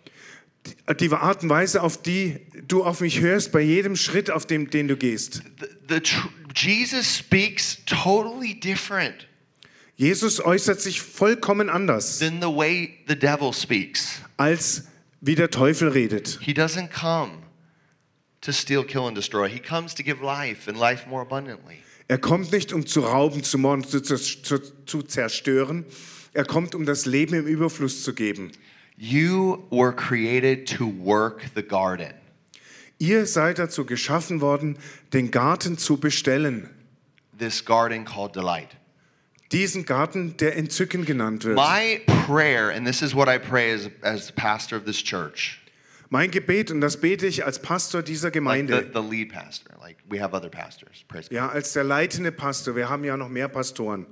die Art und Weise, auf die du auf mich hörst bei jedem Schritt, auf dem, den du gehst. The, the tr- Jesus speaks totally different Jesus äußert sich vollkommen anders, than the way the devil speaks. als wie der Teufel redet. He doesn't come to steal, kill, and destroy. He comes to give life and life more abundantly. Er kommt nicht, um zu rauben, zu morden, zu, zu, zu, zu zerstören. Er kommt, um das Leben im Überfluss zu geben. You were created to work the garden. Ihr seid dazu geschaffen worden, den Garten zu bestellen. This garden called delight. Diesen Garten, der Entzücken genannt wird. My prayer, and this is what I pray as, as the pastor of this church, Mein Gebet, und das bete ich als Pastor dieser like the, Gemeinde, the lead pastor, like we have other pastors, praise God. ja, als der leitende Pastor, wir haben ja noch mehr Pastoren.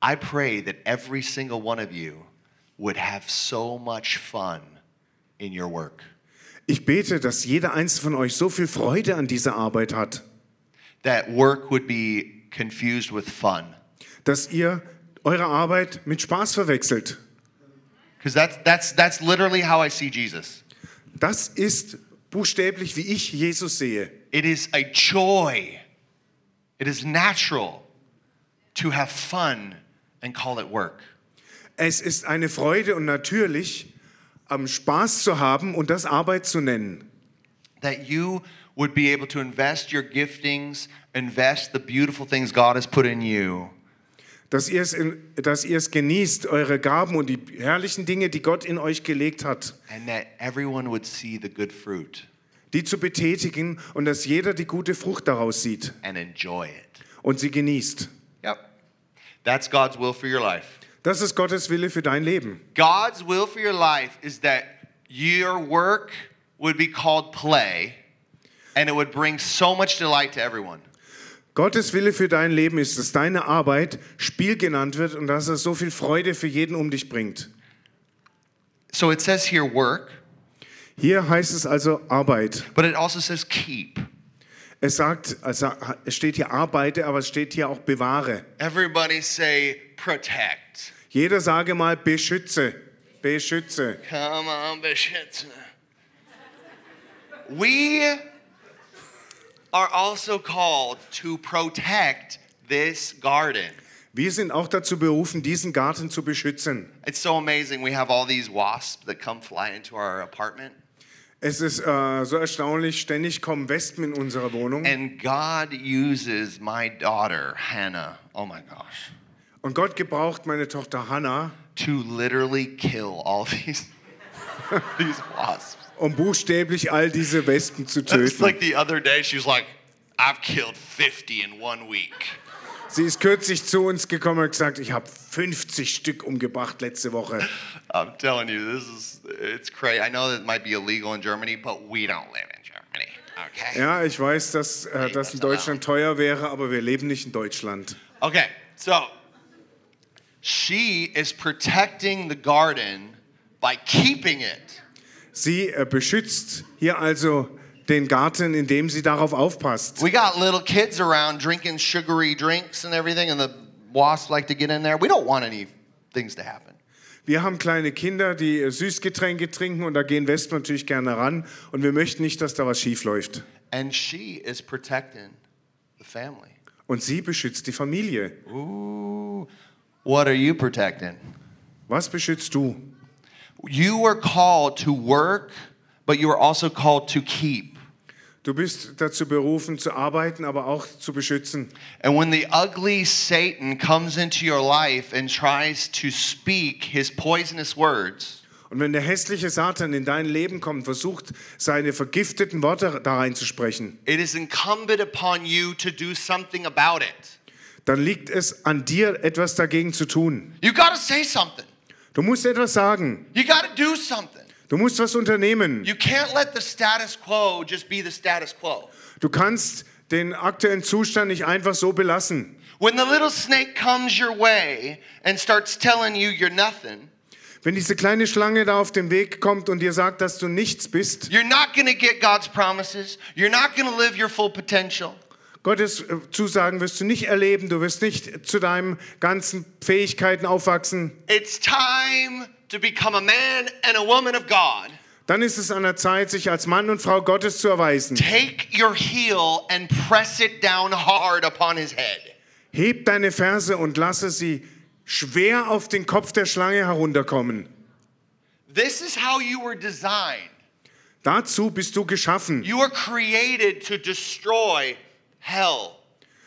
I pray that every single one of you would have so much fun in your work. Ich bete, dass jeder eins von euch so viel Freude an dieser Arbeit hat, That work would be confused with fun. dass ihr eure Arbeit mit Spaß verwechselt. Because that's, that's, that's literally how I see Jesus. Das ist buchstäblich, wie ich Jesus sehe. It is a joy. It is natural to have fun and call it work. Es ist eine Freude und natürlich, am Spaß zu haben und das Arbeit zu nennen. That you would be able to invest your giftings, invest the beautiful things God has put in you, Dass ihr, es in, dass ihr es genießt, eure Gaben und die herrlichen Dinge, die Gott in euch gelegt hat, and that everyone would see the good fruit die zu betätigen und dass jeder die gute Frucht daraus sieht and enjoy it. und sie genießt. Yep. That's God's will for your life. Das ist Gottes Wille für dein Leben. God's will for your life is that your work would be called play and it would bring so much delight to everyone. Gottes Wille für dein Leben ist, dass deine Arbeit Spiel genannt wird und dass es so viel Freude für jeden um dich bringt. So it says here work, Hier heißt es also Arbeit. but it also says keep. Es sagt, also es steht hier arbeite, aber es steht hier auch bewahre. Everybody say protect. Jeder sage mal beschütze, beschütze. Come on, Beschütze. We are also called to protect this garden. Wir sind auch dazu berufen, diesen Garten zu beschützen. It's so amazing. We have all these wasps that come fly into our apartment. Es ist äh, so erstaunlich, ständig kommen Wespen in unsere Wohnung. And God uses my daughter, Hannah, oh my gosh, Und Gott gebraucht meine Tochter Hannah, to literally kill all these, these wasps. um buchstäblich all diese Wespen zu It's töten. like the other day, she was like, I've killed 50 in one week. Sie ist kürzlich zu uns gekommen und hat gesagt, ich habe 50 Stück umgebracht letzte Woche. I'm telling you, this is, it's crazy. I know that it might be illegal in Germany, but we don't live in Germany, okay? Ja, ich weiß, dass äh, das in Deutschland teuer wäre, aber wir leben nicht in Deutschland. Okay, so she is protecting the garden by keeping it. Sie äh, beschützt hier also den Garten, indem sie darauf aufpasst. We got little kids around drinking sugary drinks and everything, and the wasps like to get in there. We don't want any things to happen. Wir haben kleine Kinder, die äh, Süßgetränke trinken und da gehen Wespen natürlich gerne ran und wir möchten nicht, dass da was schief läuft. And she is protecting the family. Und sie beschützt die Familie. Ooh, what are you protecting? Was beschützt du? You were called to work, but you were also called to keep. Du bist dazu berufen zu arbeiten, aber auch zu beschützen. And when the ugly Satan comes into your life and tries to speak his poisonous words, Und wenn der hässliche Satan in dein Leben kommt, versucht, seine vergifteten Worte da reinzusprechen, it is incumbent upon you to do something about it. dann liegt es an dir, etwas dagegen zu tun. You got to say something. Du musst etwas sagen. You got to do something. Du musst was unternehmen. You can't let the status quo just be the status quo. Du kannst den aktuellen Zustand nicht einfach so belassen. When the little snake comes your way and starts telling you you're nothing, Wenn diese kleine Schlange da auf den Weg kommt und dir sagt, dass du nichts bist, you're not going to get God's promises. You're not going to live your full potential. Gottes äh, Zusagen wirst du nicht erleben, du wirst nicht zu deinen ganzen Fähigkeiten aufwachsen, It's time to become a man and a woman of God. dann ist es an der Zeit, sich als Mann und Frau Gottes zu erweisen. Take your heel and press it down hard upon his head. Heb deine Verse und lasse sie schwer auf den Kopf der Schlange herunterkommen. This is how you were designed Dazu bist du geschaffen. You were created to destroy hell.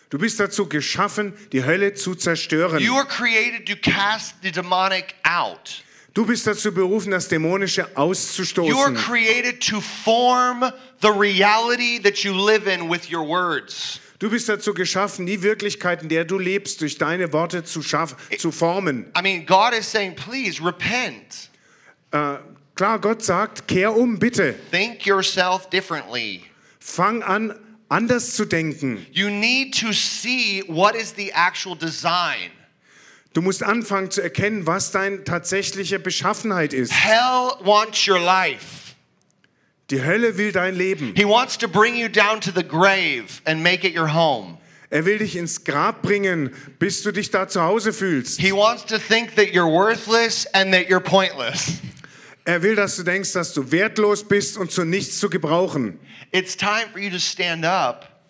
Du bist dazu geschaffen, die Hölle zu zerstören. You were created to cast the demonic out. Du bist dazu berufen, das Dämonische You were auszustoßen. created to form the reality that you live in with your words. Du bist dazu geschaffen, die Wirklichkeit, in der du lebst, durch deine Worte zu, schaff, zu formen. I mean, God is saying, please repent. Äh, Klar, Gott sagt, kehr um, bitte. Think yourself differently. Fang an, anders zu denken. You need to see what is the actual design. Du musst anfangen zu erkennen, was deine tatsächliche Beschaffenheit ist. Hell wants your life. Die Hölle will dein Leben. He wants to bring you down to the grave and make it your home. Er will dich ins Grab bringen, bis du dich da zu Hause fühlst. He wants to think that you're worthless and that you're pointless. Er will, dass du denkst, dass du wertlos bist und zu nichts zu gebrauchen. It's time for you to stand up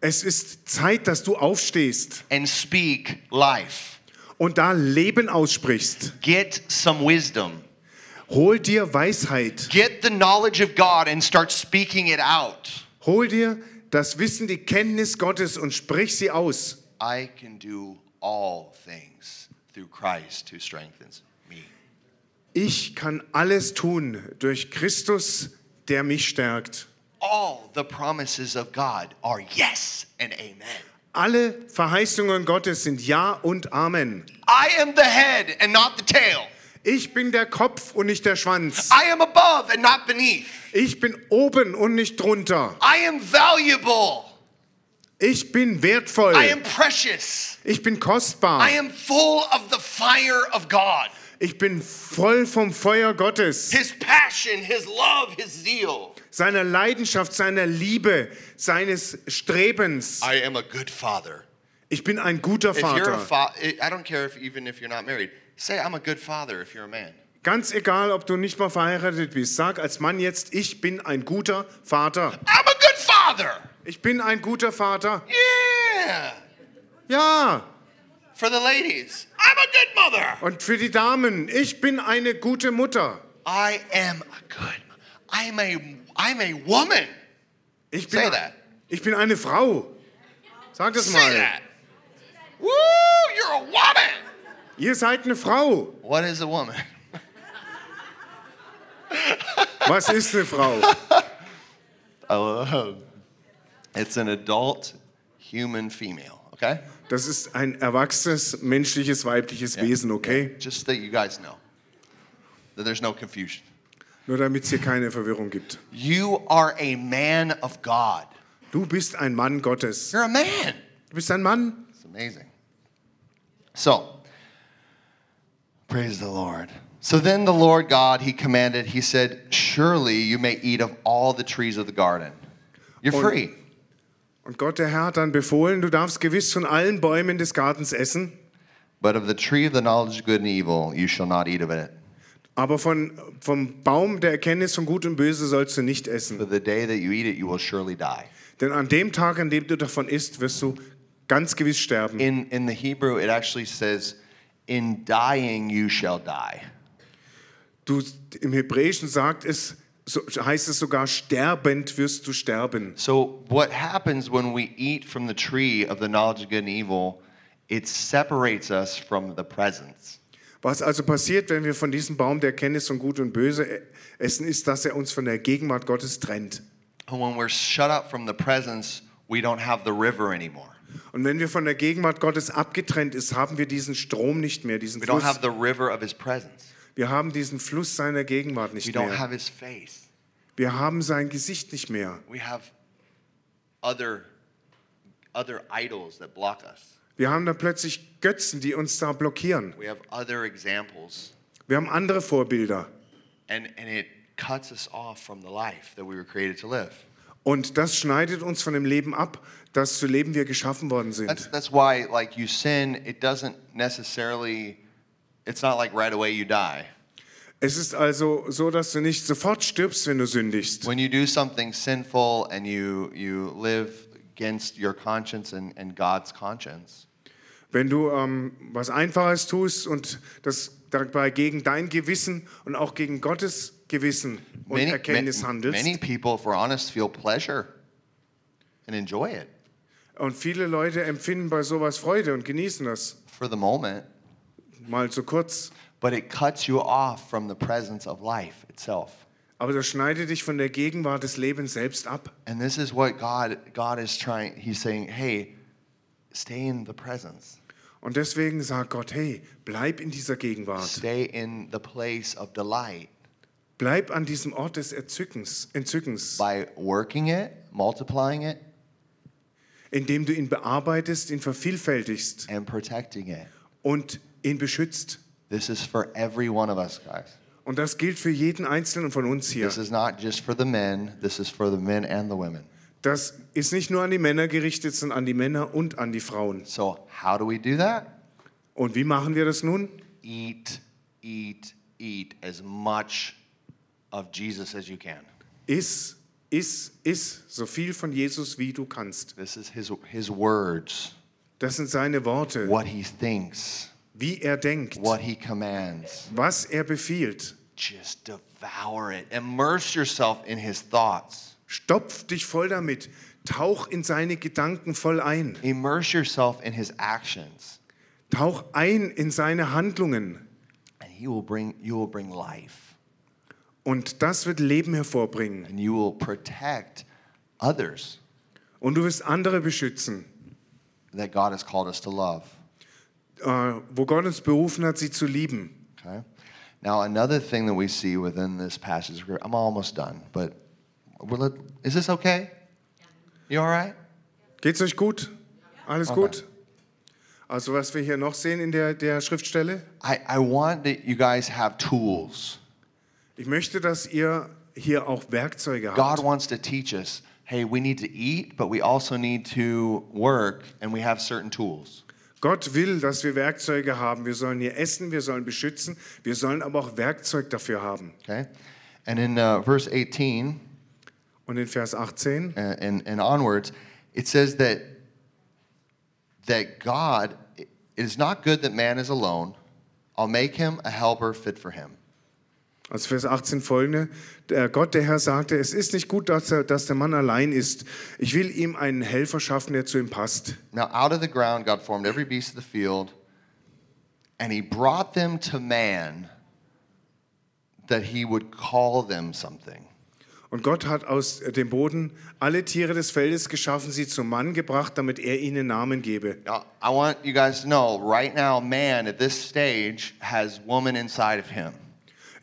Es ist Zeit, dass du aufstehst and speak life. und da Leben aussprichst. Get some wisdom. Hol dir Weisheit. Get the knowledge of God and start speaking it out. Hol dir das Wissen, die Kenntnis Gottes und sprich sie aus. I can do all things through Christ who strengthens me. Ich kann alles tun durch Christus, der mich stärkt. All the promises of God are yes and amen. Alle Verheißungen Gottes sind Ja und Amen. I am the head and not the tail. Ich bin der Kopf und nicht der Schwanz. I am above and not beneath. Ich bin oben und nicht drunter. I am valuable. Ich bin I am wertvoll. precious. Ich bin kostbar. I am full of the fire of God. Ich bin voll vom Feuer Gottes, His passion, his love, his zeal. seiner Leidenschaft, seiner Liebe, seines Strebens. I am a good father. Ich bin ein guter If you're a Vater. fa- eh, I don't care if even if you're not married. Say I'm a good father if you're a man. Ganz egal, ob du nicht mal verheiratet bist, sag als Mann jetzt, ich bin ein guter Vater. I'm a good father. Ich bin ein guter Vater. Yeah. Ja, For the ladies, I'm a good mother. und für die Damen, ich bin eine gute Mutter. I am a good. I'm a I'm a woman. Ich bin, Say that. ich bin eine Frau. Sag das Say mal. that. Woo, you're a woman. Ihr seid eine Frau. What is a woman? Was ist eine Frau? Oh, it's an adult human female, okay? Das ist ein erwachsenes, menschliches, weibliches Wesen, okay? Just so you guys know that there's no confusion. Nur damit es hier keine Verwirrung gibt. You are a man of God. Du bist ein Mann Gottes. You're a man. Du bist ein Mann. It's amazing. So, praise the Lord. So then the Lord God, he commanded, he said, Surely you may eat of all the trees of the garden. You're Und- free. Und Gott, der Herr, hat dann befohlen, du darfst gewiss von allen Bäumen des Gartens essen, But of the tree of the knowledge of good and evil, you shall not eat of it. aber von, vom Baum der Erkenntnis von Gut und Böse sollst du nicht For essen. the day that you eat it, you will surely die. Denn an dem Tag, an dem du davon isst, wirst du ganz gewiss sterben. In, in the Hebrew, it actually says, In dying, you shall die. Du, Im Hebräischen sagt es, so, heißt es sogar, sterbend wirst du sterben. So, what happens when we eat from the tree of the knowledge of good and evil, it separates us from the presence. Was also passiert, wenn wir von diesem Baum der Kenntnis von Gut und Böse e- essen, ist, dass er uns von der Gegenwart Gottes trennt. And when we're shut up from the presence, we don't have the river anymore. Und wenn wir von der Gegenwart Gottes abgetrennt ist, haben wir diesen Strom nicht mehr, diesen We don't Fluss. have the river of his presence. Wir haben diesen Fluss seiner Gegenwart We nicht don't mehr. have his face. Wir haben sein Gesicht nicht mehr. We have other other idols that block us. Wir haben da plötzlich Götzen, die uns da blockieren. We have other examples Wir haben andere Vorbilder. and and it cuts us off from the life that we were created to live. Und das schneidet uns von dem Leben ab, das zu leben wir geschaffen worden That's sind. that's why like you sin, it doesn't necessarily it's not like right away you die. Es ist also so, dass du nicht sofort stirbst, wenn du sündigst. When you do something sinful and you you live against your conscience and, and God's conscience, Wenn du ähm, was Einfaches tust und das dabei gegen dein Gewissen und auch gegen Gottes Gewissen und Many, Erkenntnis ma- handelst. many people, if we're honest, feel pleasure and enjoy it Und viele Leute empfinden bei sowas Freude und genießen das. for the moment, Mal zu kurz. but it cuts you off from the presence of life itself. Aber das schneidet dich von der Gegenwart des Lebens selbst ab. And this is what God God is trying. He's saying, "Hey, stay in the presence. Und deswegen sagt Gott, hey, bleib in dieser Gegenwart. Stay in the place of delight Bleib an diesem Ort des Erzückens, Entzückens, by working it, multiplying it, indem du ihn bearbeitest, ihn vervielfältigst and protecting it." und ihn beschützt. This is for every one of us, guys. Und das gilt für jeden Einzelnen von uns hier. This is not just for the men. This is for the men and the women. Das ist nicht nur an die Männer gerichtet, sondern an die Männer und an die Frauen. So, how do we do that? Und wie machen wir das nun? Eat, eat, eat as much of Jesus as you can. Iss, iss, iss so viel von Jesus, wie du kannst. This is his his words, Das sind seine Worte, what he thinks, wie er denkt, what he commands. was er befiehlt. Just devour it. Immerse yourself in his thoughts. Stopf dich voll damit. Tauch in seine Gedanken voll ein. Immerse yourself in his actions, Tauch ein in seine Handlungen. and he will bring you will bring life, Und das wird Leben hervorbringen. and you will protect others Und du wirst andere beschützen, that God has called us to love. äh, wo Gott uns berufen hat, sie zu lieben. Okay. Now, another thing that we see within this passage, I'm almost done, but will it, is this okay? You all right? Geht's euch gut? Alles gut? Also was wir hier noch sehen in der, der Schriftstelle? I, I want that you guys have tools. Ich möchte, dass ihr hier auch Werkzeuge habt. God wants to teach us hey, we need to eat, but we also need to work, and we have certain tools. Gott will, dass wir Werkzeuge haben. Wir sollen hier essen, wir sollen beschützen, wir sollen aber auch Werkzeug dafür haben. Okay? And in uh, verse 18 Und in Vers 18, uh, and, and onwards, it says that, that God, it is not good that man is alone. I'll make him a helper fit for him. also Vers 18 folgende, der Gott, der Herr, sagte, es ist nicht gut, dass, er, dass der Mann allein ist. Ich will ihm einen Helfer schaffen, der zu ihm passt. Now, out of the ground, God formed every beast of the field, and he brought them to man that he would call them something. Und Gott hat aus dem Boden alle Tiere des Feldes geschaffen, sie zum Mann gebracht, damit er ihnen Namen gebe. Now, I want you guys to know right now, man at this stage has woman inside of him.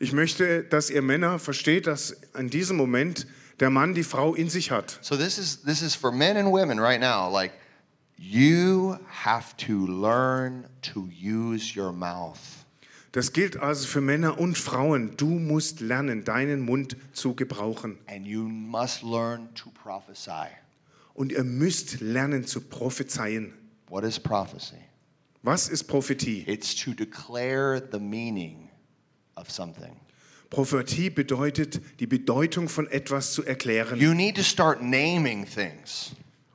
Ich möchte, dass ihr Männer versteht, dass in diesem Moment der Mann die Frau in sich hat. So, this is, this is for men and women right now. Like, you have to learn to use your mouth. Das gilt also für Männer und Frauen. Du musst lernen, deinen Mund zu gebrauchen. And you must learn to prophesy. Und ihr müsst lernen zu prophezeien. What is prophecy? Was ist Prophetie? It's to declare the meaning of something. Prophetie bedeutet, die Bedeutung von etwas zu erklären You need to start naming things.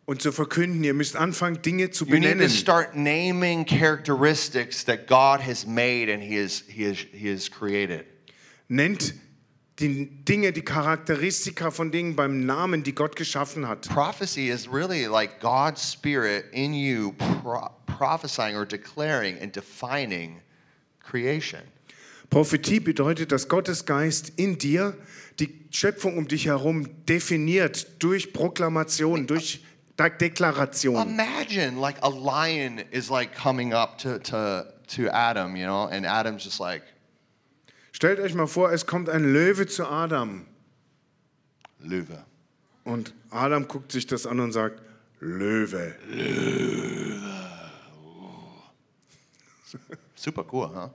und zu verkünden. Ihr müsst anfangen, Dinge zu You need to benennen. start naming characteristics that God has made and He has, he has, he has created. Nennt die Dinge, die Charakteristika von Dingen beim Namen, die Gott geschaffen hat. Prophecy is really like God's Spirit in you pro- prophesying or declaring and defining creation. Prophetie bedeutet, dass Gottes Geist in dir die Schöpfung um dich herum definiert durch Proklamation, durch De- Deklaration. Imagine like a lion is like coming up to, to, to Adam, you know, and Adam's just like, Stellt euch mal vor, es kommt ein Löwe zu Adam. Luva. Und Adam guckt sich das an und sagt, Löwe. Super cool, huh?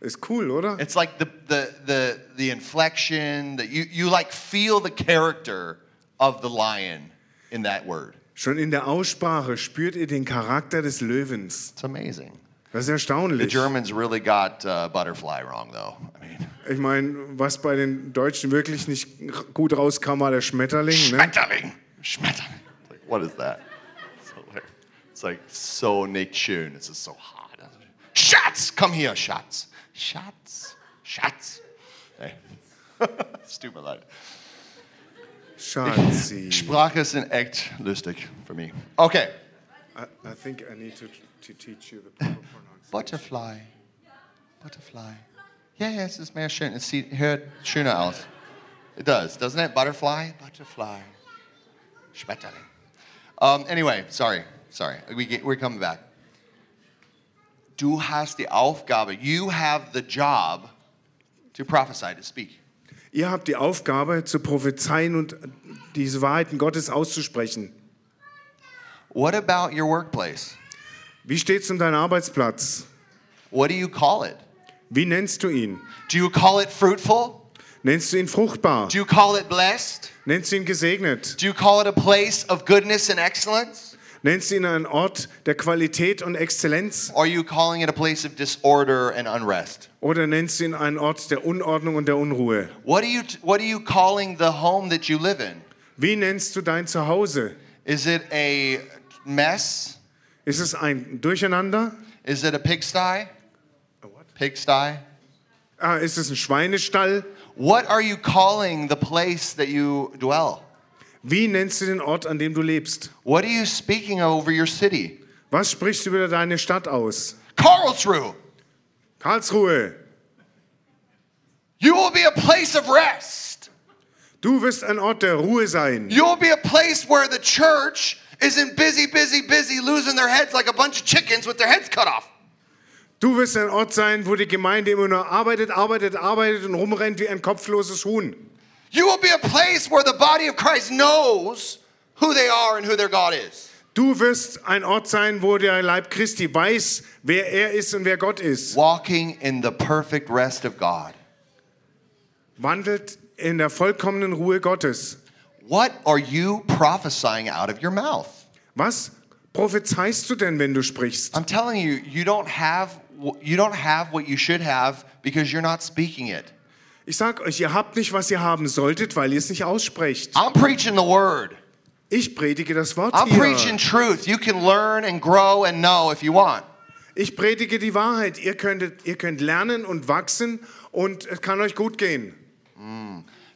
Ist cool, oder? It's like the the the the inflection that you you like feel the character of the lion in that word. Schon in der Aussprache spürt ihr den Charakter des Löwens. It's amazing. Das ist The erstaunlich. Germans really got uh, butterfly wrong though. I mean, Ich meine, was bei den Deutschen wirklich nicht gut rauskam, war der Schmetterling. Ne? schmetterling, schmetterling. It's Like, what is that? It's, hilarious. it's like so Nick It's just so hot. Shots, come here, shots. Schatz, Schatz. Hey. es tut mir leid. Schatzi. Sprache ist ein echt lustig für mich. Okay. I, I think I need to, to teach you the proper pronunciation. Butterfly. Butterfly. Ja, ja, es ist mehr schön. Es sieht, hört schöner aus. It does, doesn't it? Butterfly? Butterfly. Schmetterling. Um, anyway, sorry, sorry. We get, we're coming back. Du hast die Aufgabe. You have the job to prophesy, to speak. Ihr habt die Aufgabe, zu prophezeien und diese Wahrheiten Gottes auszusprechen. What about your workplace? Wie steht's um deinen Arbeitsplatz? What do you call it? Wie nennst du ihn? Do you call it fruitful? Nennst du ihn fruchtbar? Do you call it blessed? Nennst du ihn gesegnet? Do you call it a place of goodness and excellence? Nennst du ihn einen Ort der Qualität und Exzellenz? Or are you calling it a place of disorder and unrest? Oder nennst du ihn einen Ort der Unordnung und der Unruhe? What are you what are you calling the home that you live in? Wie nennst du dein Zuhause? Is it a mess? Ist es ein Durcheinander? Is it a pigsty? Pigsty? Ah, ist es ein Schweinestall? What are you calling the place that you dwell? Wie nennst du den Ort, an dem du lebst? What are you speaking over your city? Was sprichst du über deine Stadt aus? Karlsruhe, Karlsruhe, you will be a place of rest. du wirst ein Ort der Ruhe sein. You will be a place where the church isn't busy, busy, busy, losing their heads like a bunch of chickens with their heads cut off. Du wirst ein Ort sein, wo die Gemeinde immer nur arbeitet, arbeitet, arbeitet und rumrennt wie ein kopfloses Huhn. You will be a place where the body of Christ knows who they are and who their God is. Du wirst ein Ort sein, wo der Leib Christi weiß, wer er ist und wer Gott ist. Walking in the perfect rest of God. Wandelt in der vollkommenen Ruhe Gottes. What are you prophesying out of your mouth? Was prophezeist du denn, wenn du sprichst? I'm telling you, you don't have wh- you don't have what you should have because you're not speaking it. Ich sag euch, ihr habt nicht, was ihr haben solltet, weil ihr es nicht aussprecht. I'm preaching the word. Ich predige das Wort I'm preaching hier. truth. You can learn and grow and know if you want. Ich predige die Wahrheit. Ihr, könntet, ihr könnt lernen und wachsen und es kann euch gut gehen.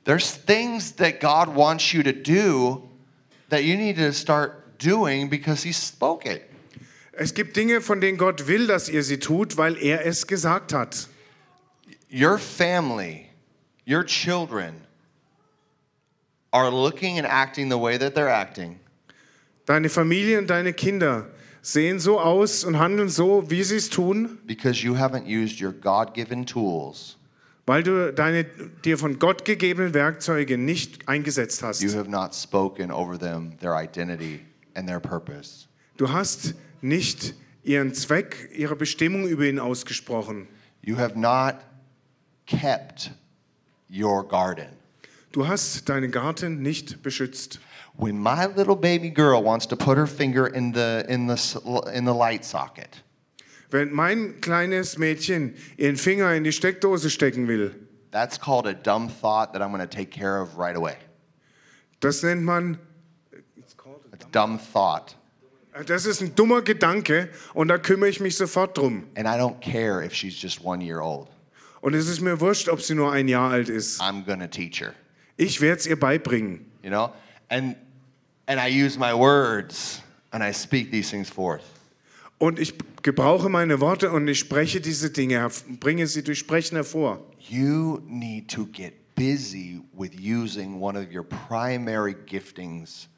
There's things that God wants you to do that you need to start doing because he spoke it. Es gibt Dinge, von denen Gott will, dass ihr sie tut, weil er es gesagt hat. Your family, your children are looking and acting the way that they're acting Deine Familie und deine Kinder sehen so aus und handeln so, wie sie es tun, because you haven't used your God-given tools. weil du deine dir von Gott gegebenen Werkzeuge nicht eingesetzt You hast. have not spoken over them their identity and their purpose. Du hast nicht ihren Zweck, ihre Bestimmung über ihn ausgesprochen. You have not kept your garden. Du hast deinen Garten nicht beschützt. When my little baby girl wants to put her finger in the in the s- in the light socket, Wenn mein kleines Mädchen ihren Finger in die Steckdose stecken will, that's called a dumb thought that I'm going to take care of right away. das nennt man, A dumb thought, das ist ein dummer Gedanke und da kümmere ich mich sofort drum. and I don't care if she's just 1 year old. Und es ist mir wurscht, ob sie nur ein Jahr alt ist. I'm going to teach her, Ich werde es ihr beibringen. you know? And and I use my words and I speak these things forth. Und ich gebrauche meine Worte und ich spreche diese Dinge, herv- bringe sie durch Sprechen hervor. You need to get busy with using one of your primary giftings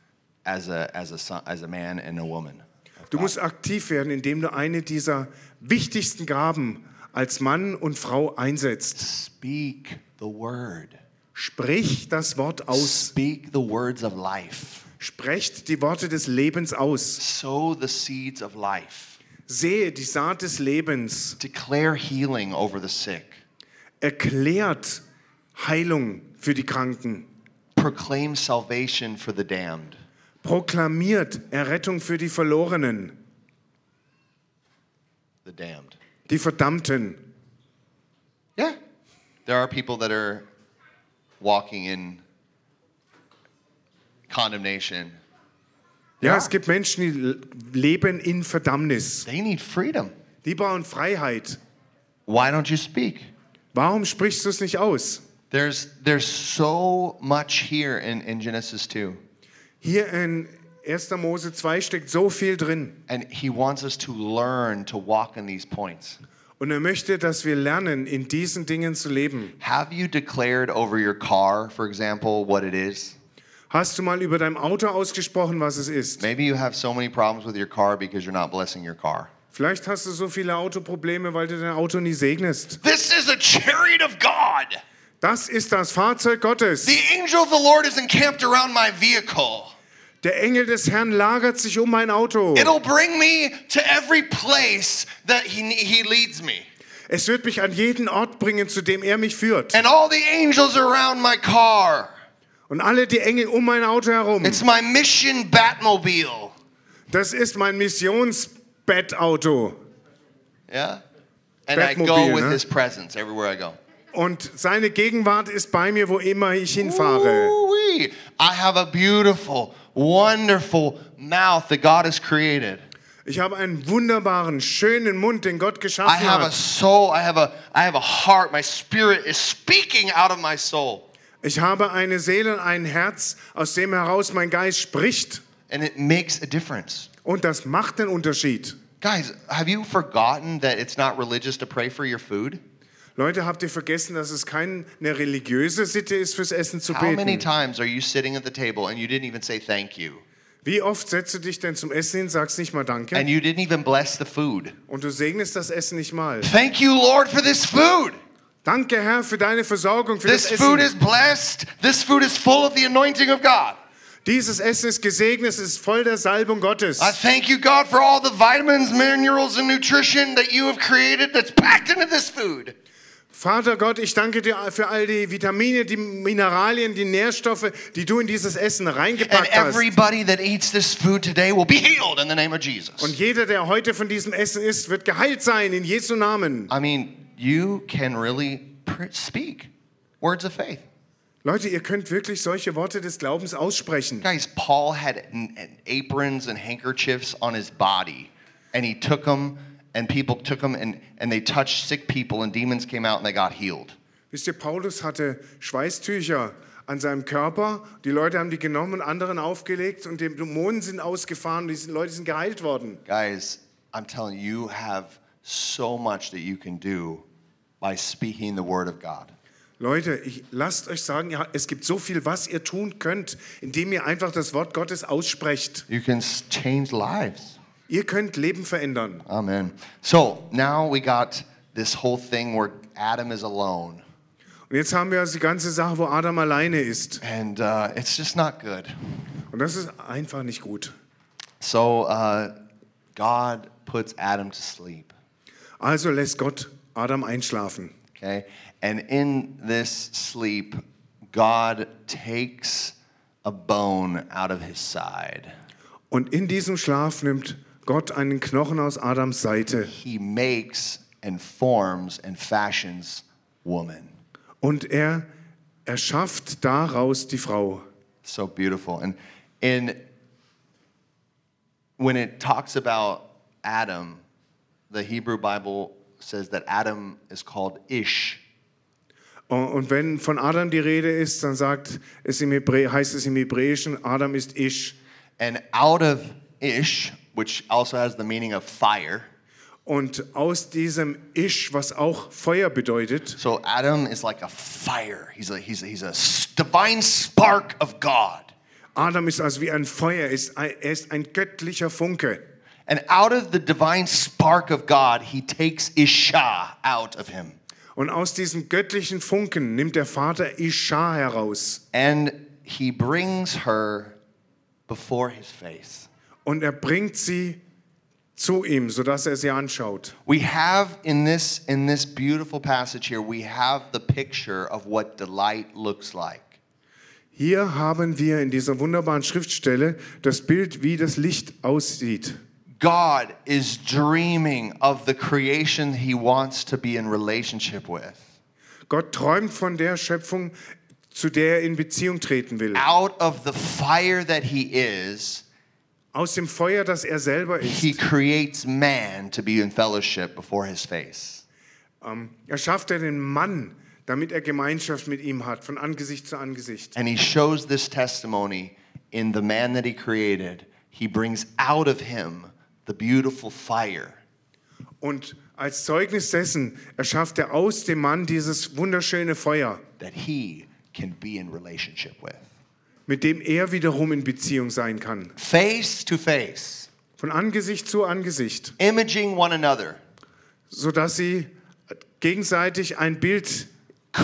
as a, as a, son, as a man and a woman. Du musst aktiv werden, indem du eine dieser wichtigsten Gaben als Mann und Frau einsetzt. Speak the word. Sprich das Wort aus. Speak the words of life. Sprecht die Worte des Lebens aus. Sow the seeds of life. Sehe die Saat des Lebens. Declare healing over the sick. Erklärt Heilung für die Kranken. Proclaim salvation for the damned. Proklamiert Errettung für die Verlorenen, The damned. die Verdammten. Yeah. There are people that are walking in condemnation. Ja, Ja. es gibt Menschen, die l- leben in Verdammnis. They need freedom. Die brauchen Freiheit. Why don't you speak? Warum sprichst du es nicht aus? There's, there's so much here in, in Genesis 2, Hier in 1. Mose 2 steckt so viel drin. and he wants us to learn to walk in these points. Und er möchte, dass wir lernen, in diesen Dingen zu leben. Have you declared over your car, for example, what it is? Hast du mal über dein Auto ausgesprochen, was es ist? Maybe you have so many problems with your car because you're not blessing your car. Vielleicht hast du so viele Autoprobleme, weil du dein Auto nie segnest. This is a chariot of God. Das ist das Fahrzeug Gottes. The angel of the Lord is encamped around my vehicle. Der Engel des Herrn lagert sich um mein Auto. It'll bring me to every place that he, he leads me. Es wird mich an jeden Ort bringen, zu dem er mich führt. And all the angels are around my car. Und alle die Engel um mein Auto herum. It's my mission Batmobile. Das ist mein Missionsbettauto. Yeah? And I Batmobile, go with huh? his presence everywhere I go. Und seine Gegenwart ist bei mir, wo immer ich hinfahre. Uh. Ooh-wee. I have a beautiful, wonderful mouth that God has created. Ich habe einen wunderbaren, schönen Mund, den Gott I geschaffen have a hat. soul. I have a I have a heart. My spirit is speaking out of my soul. Ich habe eine Seele und ein Herz, aus dem heraus mein Geist spricht. And it makes a difference. Und das macht einen Unterschied. Guys, have you forgotten that it's not religious to pray for your food? Leute, habt ihr vergessen, dass es keine religiöse Sitte ist, fürs Essen zu How many beten? times are you sitting at the table and you didn't even say thank you? Wie oft setzt du dich denn zum Essen hin, sagst nicht mal Danke And you didn't even bless the food. und du segnest das Essen nicht mal? Thank you, Lord, for this food. Danke, Herr, für deine Versorgung, für This das Essen. food is blessed. This food is full of the anointing of God. Dieses Essen ist gesegnet, es ist voll der Salbung Gottes. I thank you, God, for all the vitamins, minerals, and nutrition that you have created that's packed into this food. Vater Gott, ich danke dir für all die Vitamine, die Mineralien, die Nährstoffe, die du in dieses Essen And reingepackt hast. everybody that eats this food today will be healed in the name of Jesus. Und jeder, der heute von diesem Essen isst, wird geheilt sein in Jesu Namen. I mean, you can really pr- speak words of faith. Leute, ihr könnt wirklich solche Worte des Glaubens aussprechen. Guys, Paul had n- n- aprons and handkerchiefs on his body, and he took them, and people took them, and, and they touched sick people, and demons came out and they got healed. Wisst ihr, Paulus hatte Schweißtücher an seinem Körper. Die Leute haben die genommen und anderen aufgelegt und die Dämonen sind ausgefahren und die Leute sind geheilt worden. Guys, I'm telling you, you have so much that you can do by speaking the word of God. Leute, ich, lasst euch sagen, ja, es gibt so viel, was ihr tun könnt, indem ihr einfach das Wort Gottes aussprecht. You can s- change lives. Ihr könnt Leben verändern. Amen. So now we got this whole thing where Adam is alone, Und jetzt haben wir also die ganze Sache, wo Adam alleine ist. and uh, it's just not good. Und das ist einfach nicht gut. So uh, God puts Adam to sleep, Also lässt Gott Adam einschlafen. okay? And in this sleep, God takes a bone out of his side. Und in diesem Schlaf nimmt Gott einen Knochen aus Adams Seite He makes and forms and fashions woman. und er erschafft daraus die Frau. so beautiful and in when it talks about adam the hebrew bible says that adam is called ish Und wenn von Adam die Rede ist, dann sagt es im Hebrä heißt es im Hebräischen, Adam ist Ich. and out of ish which also has the meaning of fire Und aus diesem Ich, was auch Feuer bedeutet, so adam is like a fire he's a he's a, he's a s- divine spark of god Adam ist also wie ein Feuer, ist ein, er ist ein göttlicher Funke. and out of the divine spark of god he takes isha out of him Und aus diesem göttlichen Funken nimmt der Vater Isha heraus and he brings her before his face und er bringt sie zu ihm, sodass er sie anschaut. We have in this in this beautiful passage here, we have the picture of what delight looks like. Hier haben wir in dieser wunderbaren Schriftstelle das Bild, wie das Licht aussieht. God is dreaming of the creation he wants to be in relationship with. Gott träumt von der Schöpfung, zu der er in Beziehung treten will. Out of the fire that he is, Aus dem Feuer, das er selber ist. he creates man to be in fellowship before his face. Ähm, erschafft er den Mann, damit er Gemeinschaft mit ihm hat, von Angesicht zu Angesicht. And he shows this testimony in the man that he created. He brings out of him the beautiful fire. Und als Zeugnis dessen erschafft er aus dem Mann dieses wunderschöne Feuer, that he can be in relationship with. mit dem er wiederum in Beziehung sein kann. Face to face, Von Angesicht zu Angesicht, imaging one another, sodass sie gegenseitig ein Bild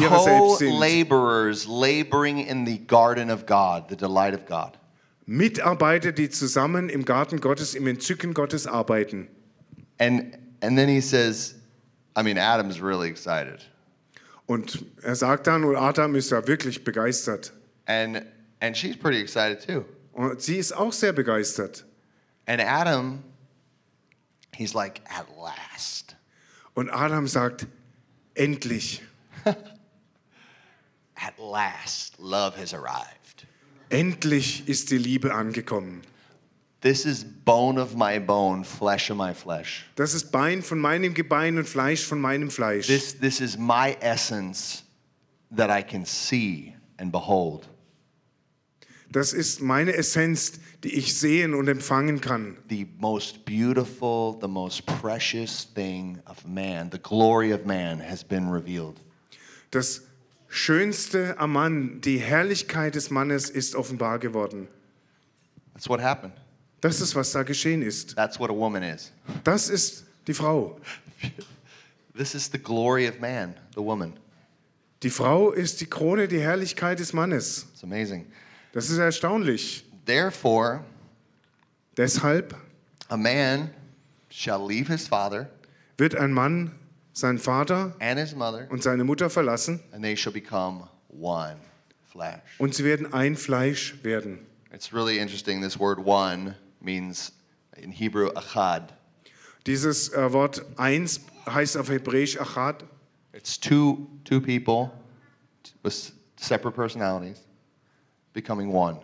ihrer co selbst sind. laborers laboring in the garden of God, the delight of God. Mitarbeiter, die zusammen im Garten Gottes, im Entzücken Gottes arbeiten. And, and then he says, I mean, Adam's really excited. Und er sagt dann, und Adam ist ja wirklich begeistert. And, and she's pretty excited too. Und sie ist auch sehr begeistert. And Adam, he's like, at last. Und Adam sagt, endlich, At last, love has arrived. endlich ist die Liebe angekommen. This is bone of my bone, flesh of my flesh. Das ist Bein von meinem Gebein und Fleisch von meinem Fleisch. This, this is my essence that I can see and behold. Das ist meine Essenz, die ich sehen und empfangen kann. The most beautiful, the most precious thing of man, the glory of man has been revealed. Das Schönste am Mann, die Herrlichkeit des Mannes ist offenbar geworden. That's what happened. Das ist, was da geschehen ist. That's what a woman is. Das ist die Frau. This is the glory of man, the woman. Die Frau ist die Krone, die Herrlichkeit des Mannes. It's amazing. Das ist erstaunlich. Therefore, Deshalb a man shall leave his father wird ein Mann seinen Vater and his mother, und seine Mutter verlassen and they shall become one flesh. und sie werden ein Fleisch werden. It's really interesting. This word one means in Hebrew, achad. Dieses äh, Wort eins heißt auf Hebräisch Achat. It's two two people with s- separate personalities becoming one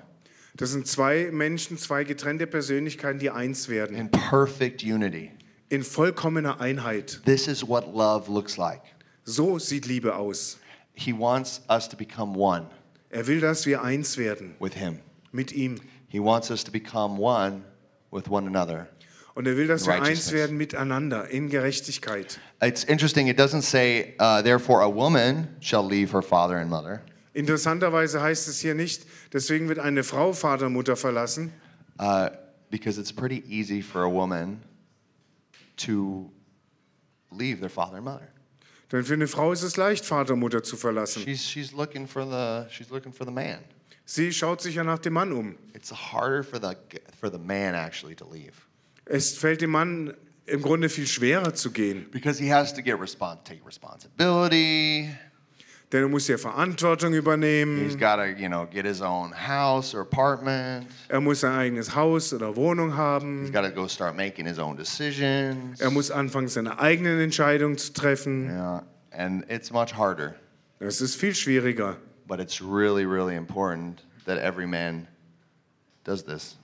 Das sind zwei Menschen, zwei getrennte Persönlichkeiten, die eins werden. in perfect unity. In vollkommener Einheit. This is what love looks like. So sieht Liebe aus. He wants us to become one Er will, dass wir eins werden with him. mit ihm. He wants us to become one with one another. Und er will, dass wir Righteousness. eins werden miteinander in Gerechtigkeit. It's interesting. It doesn't say, uh, therefore, a woman shall leave her father and mother. Interessanterweise heißt es hier nicht, deswegen wird eine Frau Vater und Mutter verlassen, Uh, because it's pretty easy for a woman to leave their father and mother. denn für eine Frau ist es leicht, Vater und Mutter zu verlassen. She's, she's looking for the she's looking for the man. Sie schaut sich ja nach dem Mann um. It's harder for the for the man actually to leave Es fällt dem Mann im Grunde viel schwerer zu gehen, because he has to get respons- take responsibility. denn er muss ja Verantwortung He's übernehmen, got to you know get his own house or apartment. er muss sein eigenes Haus oder Wohnung He's haben, got to go start making his own decisions. er muss anfangen, seine eigenen Entscheidungen zu treffen. Yeah, and it's much harder, Das ist viel schwieriger. but it's really really important that every man does this.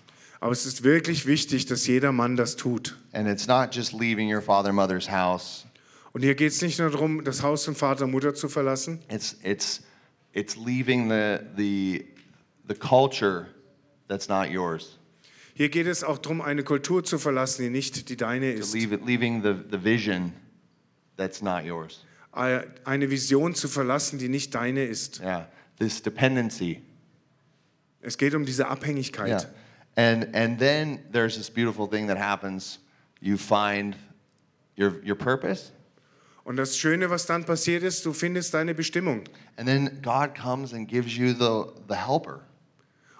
Aber es ist wirklich wichtig, dass jeder Mann das tut. And it's not just leaving your father and mother's house. Und hier geht es nicht nur darum, das Haus von Vater und Mutter zu verlassen, It's it's it's leaving the the the culture that's not yours. hier geht es auch darum, eine Kultur zu verlassen, die nicht die deine ist. Leave it, leaving the, the vision that's not yours. Eine Vision zu verlassen, die nicht deine ist. Yeah. This dependency. Es geht um diese Abhängigkeit. Yeah. And and then there's this beautiful thing that happens. You find your your purpose, Und das Schöne, was dann passiert ist, du findest deine Bestimmung. and then God comes and gives you the the helper.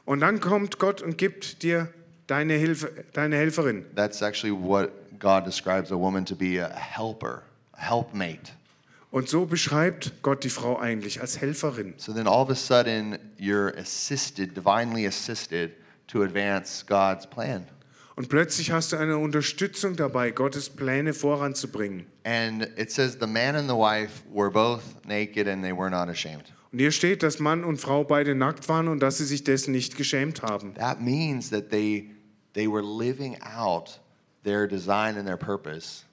Und dann kommt Gott und gibt dir deine, Hilfe, deine Helferin. That's actually what God describes a woman to be a helper, a helpmate. Und so beschreibt Gott die Frau eigentlich als Helferin. So then all of a sudden, you're assisted, divinely assisted, to advance God's plan. Und plötzlich hast du eine Unterstützung dabei, Gottes Pläne voranzubringen. And it says, the man and the wife were both naked and they were not ashamed. Und hier steht, dass Mann und Frau beide nackt waren und dass sie sich dessen nicht geschämt haben. That means that they, they were living out their design and their purpose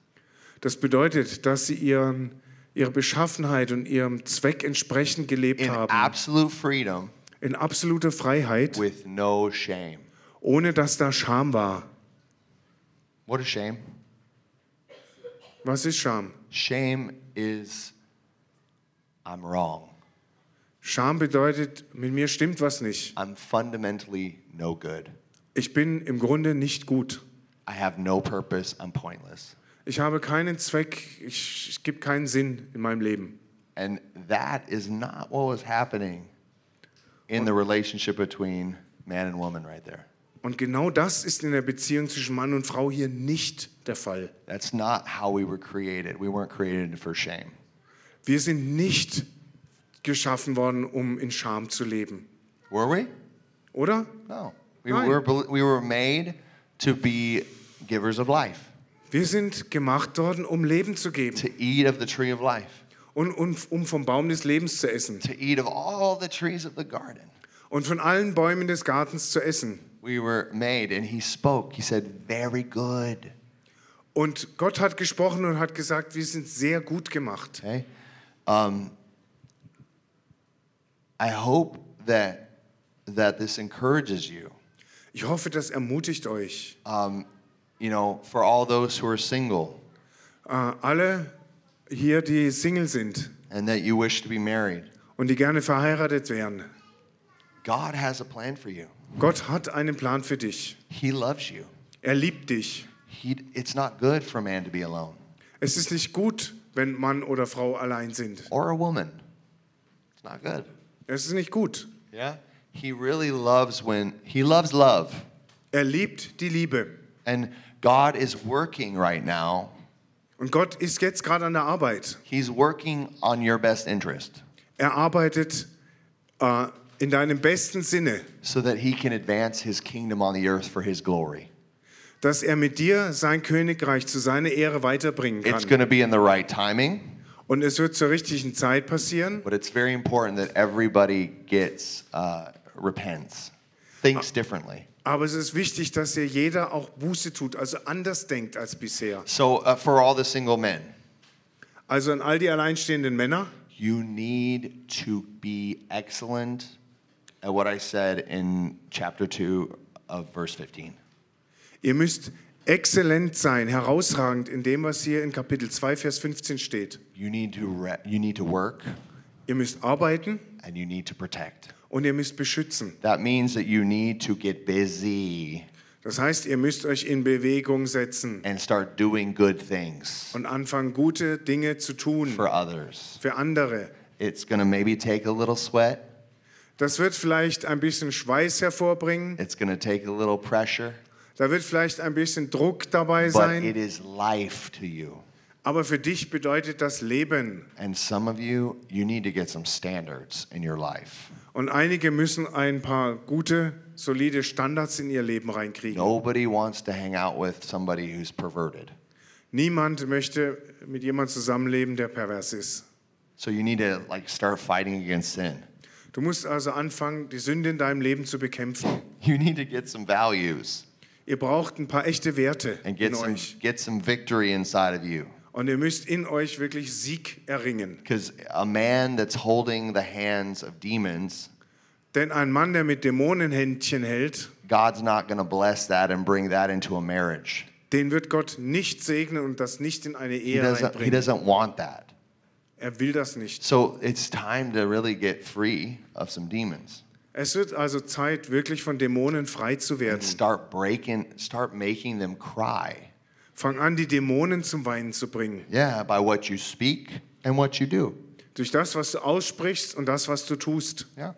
Das bedeutet, dass sie ihren, ihrer Beschaffenheit und ihrem Zweck entsprechend gelebt in haben. absolute freedom In absoluter Freiheit, with no shame. ohne dass da Scham war. What is shame? Was ist Scham? Shame is I'm wrong. Scham bedeutet, mit mir stimmt was nicht. I'm fundamentally no good. Ich bin im Grunde nicht gut. I have no purpose. I'm pointless. Ich habe keinen Zweck, ich, es gibt keinen Sinn in meinem Leben. And that is not what was happening in the relationship between man and woman right there. Und genau das ist in der Beziehung zwischen Mann und Frau hier nicht der Fall. That's not how we were created. We weren't created for shame. Wir sind nicht geschaffen worden, um in Scham zu leben. Were we? Oder? No. We Right. were, bel- we were made to be givers of life, Wir sind gemacht worden, um Leben zu geben to eat of the tree of life, und, und um vom Baum des Lebens zu essen to eat of all the trees of the garden. und von allen Bäumen des Gartens zu essen. We were made, and he spoke. He said, Very good. Und Gott hat gesprochen und hat gesagt, wir sind sehr gut gemacht. Okay? Um, I hope that, that this encourages you. Ich hoffe, das ermutigt euch. Um, you know, for all those who are single Äh, alle hier, die Single sind and that you wish to be married, und die gerne verheiratet wären, God has a plan for you. Gott hat einen Plan für dich. He loves you. Er liebt dich. He, it's not good for a man to be alone Es ist nicht gut, wenn Mann oder Frau allein sind. or a woman. It's not good. Es ist nicht gut. Yeah? He really loves when, he loves love. Er liebt die Liebe. And God is working right now. Und Gott ist jetzt gerade an der Arbeit. He's working on your best interest Er arbeitet äh, in deinem besten Sinne, so that he can advance his kingdom on the earth for his glory. dass er mit dir sein Königreich zu seiner Ehre weiterbringen It's kann. going to be in the right timing. Und es wird zur richtigen Zeit passieren. But it's very important that everybody gets, uh, repents, thinks differently. Aber es ist wichtig, dass hier jeder auch Buße tut, also anders denkt als bisher. So, uh, for all the single men, Also an all die alleinstehenden Männer, you need to be excellent at what I said in chapter 2 of verse 15. ihr müsst exzellent sein, herausragend in dem, was hier in Kapitel 2, Vers 15 steht. You need to, re- you need to work Ihr müsst arbeiten and you need to protect. und ihr müsst beschützen. That means that you need to get busy Das heißt, ihr müsst euch in Bewegung setzen and start doing good things und anfangen, gute Dinge zu tun for others. für andere. It's going to maybe take a little sweat, Das wird vielleicht ein bisschen Schweiß hervorbringen, it's going to take a little pressure. da wird vielleicht ein bisschen Druck dabei but it sein, is life to you. aber für dich bedeutet das Leben. And some of you, you need to get some standards in your life. Und einige müssen ein paar gute, solide Standards in ihr Leben reinkriegen. Nobody wants to hang out with somebody who's perverted. Niemand möchte mit jemandem zusammenleben, der pervers ist. So you need to like start fighting against sin. Du musst also anfangen, die Sünde in deinem Leben zu bekämpfen. You need to get some values Ihr braucht ein paar echte Werte and in get some euch. get some victory inside of you. Und ihr müsst in euch wirklich Sieg erringen. Because a man that's holding the hands of demons, Denn ein Mann, der mit Dämonenhändchen hält, God's not going to bless that and bring that into a marriage. den wird Gott nicht segnen und das nicht in eine He Ehe doesn't, he einbringen. doesn't want that. Er will das nicht. So it's time to really get free of some demons. Es wird also Zeit, wirklich von Dämonen frei zu and werden. start breaking, start making them cry. Fang an, die Dämonen zum Weinen zu bringen. Yeah, by what you speak and what you do. Durch das, was du aussprichst und das, was du tust. Yeah,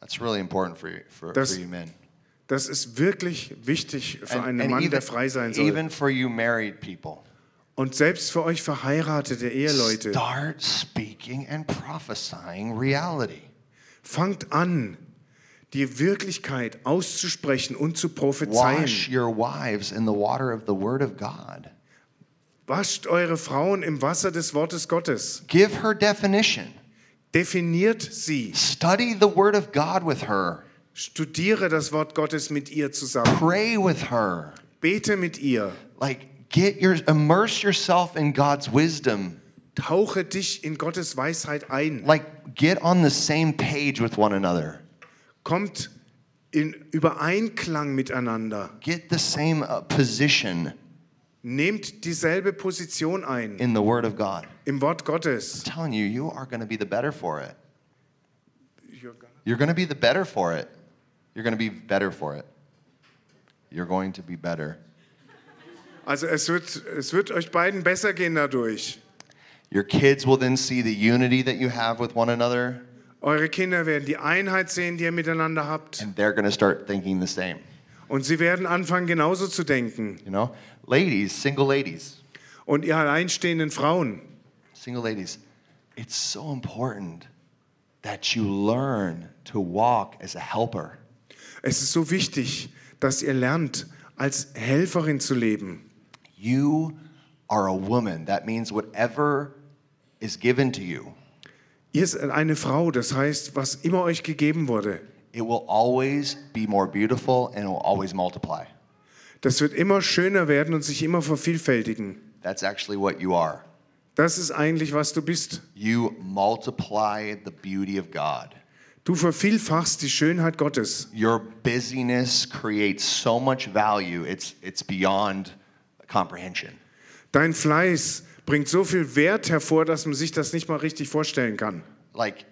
that's really important for you, for, Das- for you men. Das ist wirklich wichtig für einen Mann, der frei sein soll. even for you married people, und selbst für euch verheiratete Eheleute, start speaking and prophesying reality. fangt an, die Wirklichkeit auszusprechen und zu prophezeien. Wash your wives in the water of the Word of God. Wascht eure Frauen im Wasser des Wortes Gottes. Give her definition. Definiert sie. Study the Word of God with her. Studiere das Wort Gottes mit ihr zusammen. Pray with her. Bete mit ihr. Like, get your immerse yourself in God's wisdom. Tauche dich in Gottes Weisheit ein. Like, get on the same page with one another. Kommt in Übereinklang miteinander. Get the same uh, position Nehmt dieselbe Position ein in the Word of God. im Wort Gottes. I'm telling you, you are going to be the better for it. You're going to be the better for it. You're going to be better for it. You're going to be better. Also es wird, es wird euch beiden besser gehen dadurch. Your kids will then see the unity that you have with one another, Eure Kinder werden die Einheit sehen, die ihr miteinander habt. and they're going to start thinking the same. Und sie werden anfangen, genauso zu denken. You know, ladies, single ladies, Und ihr alleinstehenden Frauen, single ladies, it's so important that you learn to walk as a helper. es ist so wichtig, dass ihr lernt, als Helferin zu leben. You are a woman. That means whatever is given to you, Ihr seid eine Frau, das heißt, was immer euch gegeben wurde, it will always be more beautiful and it will always multiply. das wird immer schöner werden und sich immer vervielfältigen. That's actually what you are. Das ist eigentlich, was du bist. You multiply the beauty of God. Du vervielfachst die Schönheit Gottes. Your busyness creates so much value, it's, it's beyond comprehension. Dein Fleiß bringt so viel Wert hervor, dass man sich das nicht mal richtig vorstellen kann. Like,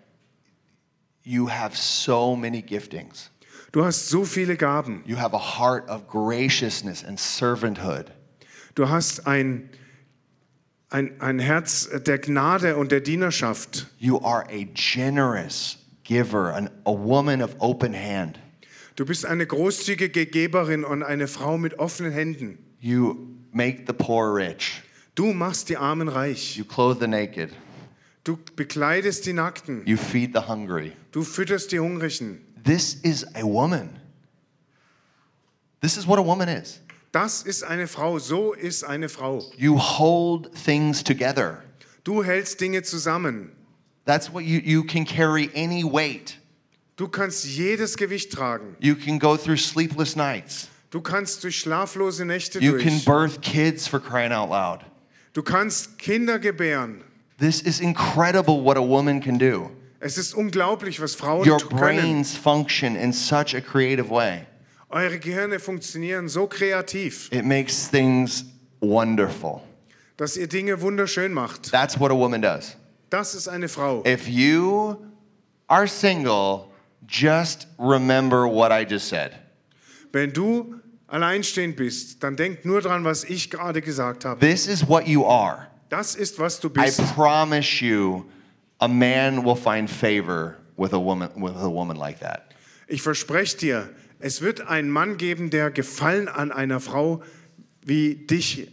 you have so many giftings. Du hast so viele Gaben. You have a heart of graciousness and servanthood. Du hast ein, ein, ein Herz der Gnade und der Dienerschaft. You are a generous giver, an, a woman of open hand. Du bist eine großzügige Geberin und eine Frau mit offenen Händen. You make the poor rich. Du machst die Armen reich. You clothe the naked. Du bekleidest die Nackten. You feed the hungry. Du fütterst die Hungrigen. This is a woman. This is what a woman is. Das ist eine Frau. So ist eine Frau. You hold things together. Du hältst Dinge zusammen. That's what you, you can carry any weight. Du kannst jedes Gewicht tragen. You can go through sleepless nights. Du kannst durch schlaflose Nächte You durch. can birth kids for crying out loud. Du kannst Kinder gebären. This is incredible what a woman can do. Es ist unglaublich, was Frauen Your tu- können. brains function in such a creative way. Eure Gehirne funktionieren so kreativ, It makes things wonderful. dass ihr Dinge wunderschön macht. That's what a woman does. Das ist eine Frau. If you are single, just remember what I just said. Wenn du alleinstehend bist, dann denk nur dran, was ich gerade gesagt habe. This is what you are. Das ist, was du I bist. promise you, a man will find favor with a woman with a woman like that. Ich verspreche dir, es wird einen Mann geben, der Gefallen an einer Frau wie dich, äh,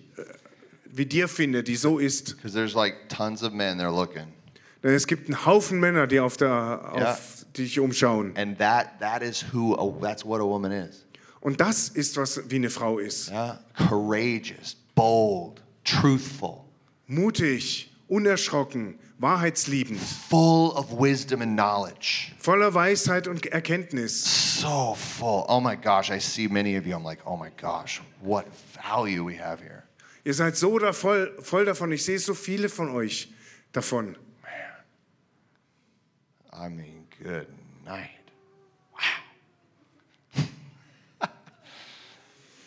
wie dir findet, die so ist. Because there's like tons of men they're looking. Denn es gibt einen Haufen Männer, die auf der, Ja. auf dich umschauen. And that that is who a, that's what a woman is. Und das ist, was wie eine Frau ist. Yeah? Courageous, bold, truthful, Mutig, unerschrocken, wahrheitsliebend, full of wisdom and knowledge. voller Weisheit und Erkenntnis. so full. Oh my gosh, I see many of you. I'm like, oh my gosh, what value we have here. Ihr seid so da voll, voll davon. Ich sehe so viele von euch davon. I mean, good night. Wow.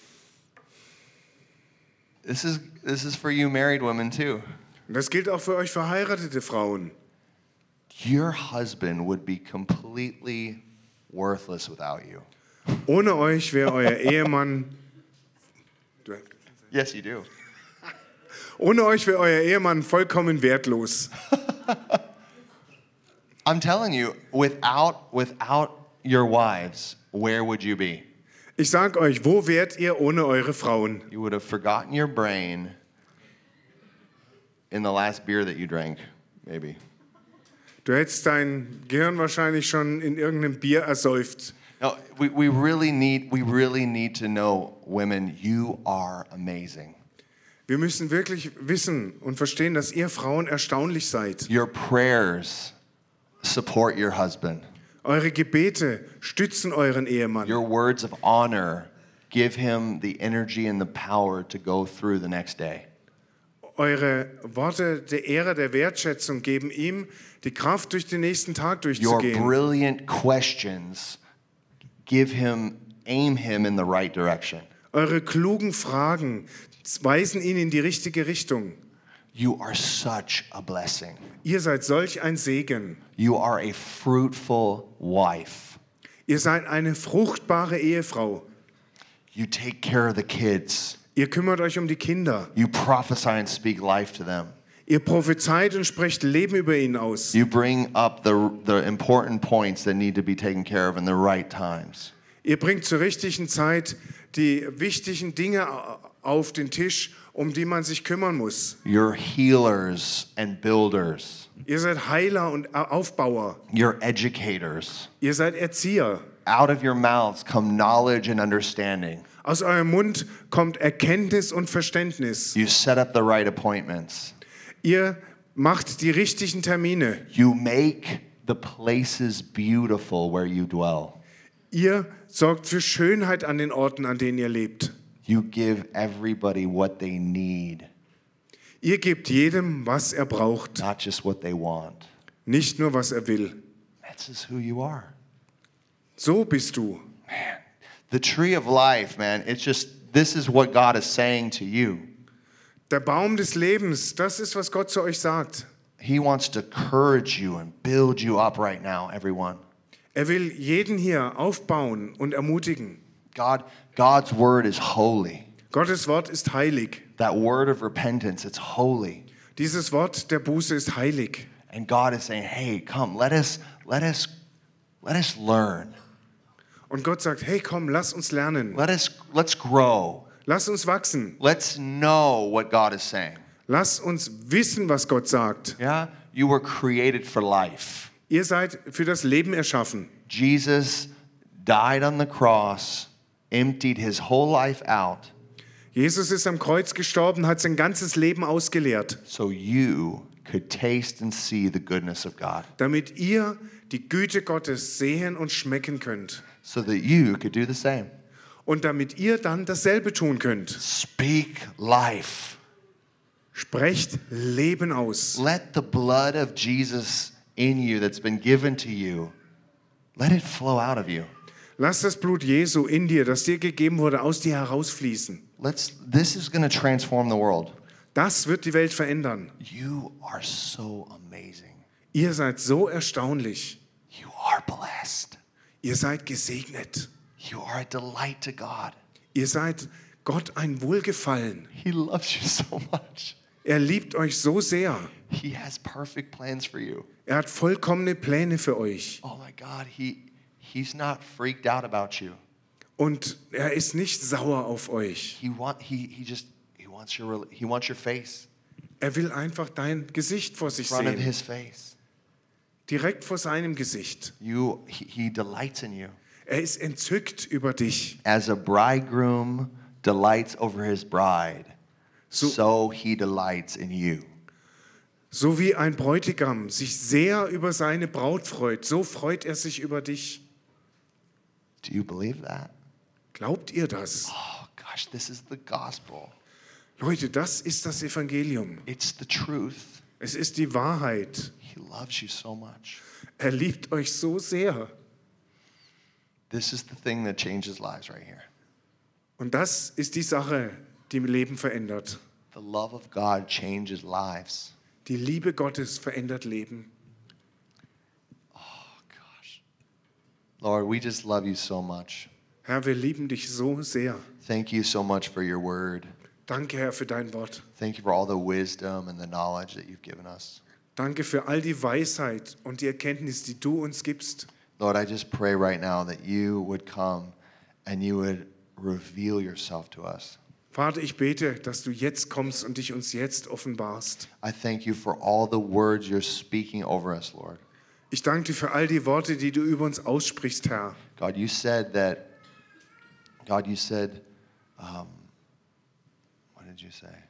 this is this is for you married women too. Und das gilt auch für euch verheiratete Frauen. Your husband would be completely worthless without you. Ohne euch wäre euer Ehemann. Yes, you do. Ohne euch wäre euer Ehemann vollkommen wertlos. I'm telling you, without without your wives, where would you be? Ich sag euch, wo wärt ihr ohne eure Frauen? You would have forgotten your brain in the last beer that you drank, maybe. Du hättest dein Gehirn wahrscheinlich schon in irgendeinem Bier ersäuft. No, we, we really need we really need to know women, you are amazing. Wir müssen wirklich wissen und verstehen, dass ihr Frauen erstaunlich seid. Your prayers support your husband. Eure Gebete stützen euren Ehemann. Your words of honor give him the energy and the power to go through the next day. Eure Worte der Ehre, der Wertschätzung geben ihm die Kraft, durch den nächsten Tag Your durchzugehen. brilliant questions give him, aim him in the right direction. Eure klugen Fragen weisen ihn in die richtige Richtung. You are such a blessing. Ihr seid solch ein Segen. You are a fruitful wife. Ihr seid eine fruchtbare Ehefrau. You take care of the kids. Ihr kümmert euch um die Kinder. You prophesy and speak life to them. Ihr prophezeit und sprecht Leben über ihnen aus. You bring up the, the important points that need to be taken care of in the right times. Ihr bringt zur richtigen Zeit die wichtigen Dinge au- auf den Tisch, um die man sich kümmern muss. You're healers and builders. Ihr seid Heiler und Au- Aufbauer. You're educators. Ihr seid Erzieher. Out of your mouths come knowledge and understanding. Aus eurem Mund kommt Erkenntnis und Verständnis. You set up the right appointments. Ihr macht die richtigen Termine. You make the places beautiful where you dwell. Ihr sorgt für Schönheit an den Orten, an denen ihr lebt. You give everybody what they need, Ihr gebt jedem, was er braucht, not just what they want. nicht nur, was er will. That's just who you are. So bist du. The tree of life, man, it's just this is what God is saying to you. Der Baum des Lebens, das ist, was Gott zu euch sagt. He wants to encourage you and build you up right now, everyone. Er will jeden hier aufbauen und ermutigen. God, God's word is holy. Gottes Wort ist heilig. That word of repentance, it's holy. Dieses Wort der Buße ist heilig. And God is saying, "Hey, come, let us let us let us learn. Und Gott sagt, hey komm, lass uns lernen. Let us let's grow. Lass uns wachsen. Let's know what God is saying." Lass uns wissen, was Gott sagt. Yeah? You were created for life. Ihr seid für das Leben erschaffen. Jesus died on the cross, emptied his whole life out Jesus ist am Kreuz gestorben, hat sein ganzes Leben ausgeleert, so you could taste and see the goodness of God, damit ihr die Güte Gottes sehen und schmecken könnt. so that you could do the same. Und damit ihr dann dasselbe tun könnt. Speak life. Sprecht Leben aus. Let the blood of Jesus in you that's been given to you, let it flow out of you. Lass das Blut Jesu in dir, das dir gegeben wurde, aus dir herausfließen. Let's this is going to transform the world. Das wird die Welt verändern. You are so amazing. Ihr seid so erstaunlich. You are blessed. Ihr seid gesegnet. You are a delight to God. Ihr seid Gott ein Wohlgefallen. He loves you so much. Er liebt euch so sehr. He has perfect plans for you. Er hat vollkommene Pläne für euch. Oh my God, he he's not freaked out about you. Und er ist nicht sauer auf euch. He want he he just he wants your rel- he wants your face Er will einfach dein Gesicht vor in sich front of sehen. his face. Direkt vor seinem Gesicht. You he, he delights in you. Er ist entzückt über dich. As a bridegroom delights over his bride, so, So- he delights in you. So wie ein Bräutigam sich sehr über seine Braut freut, so freut er sich über dich. Do you believe that? Glaubt ihr das? Oh gosh, this is the gospel. Leute, das ist das Evangelium. It's the truth. Es ist die Wahrheit. He loves you so much. Er liebt euch so sehr. This is the thing that changes lives right here. Und das ist die Sache, die Leben verändert. The love of God changes lives. Die Liebe Gottes verändert Leben. Oh gosh. Lord, we just love you so much. Herr, wir lieben dich so sehr. Thank you so much for your word. Danke, Herr, für dein Wort. Thank you for all the wisdom and the knowledge that you've given us. Danke für all die Weisheit und die Erkenntnis, die du uns gibst. Lord, I just pray right now that you would come and you would reveal yourself to us. Vater, ich bete, dass du jetzt kommst und dich uns jetzt offenbarst. I thank you for all the words you're speaking over us, Lord. Ich danke dir für all die Worte, die du über uns aussprichst, Herr. God, you said that, God, you said, um, what did you say?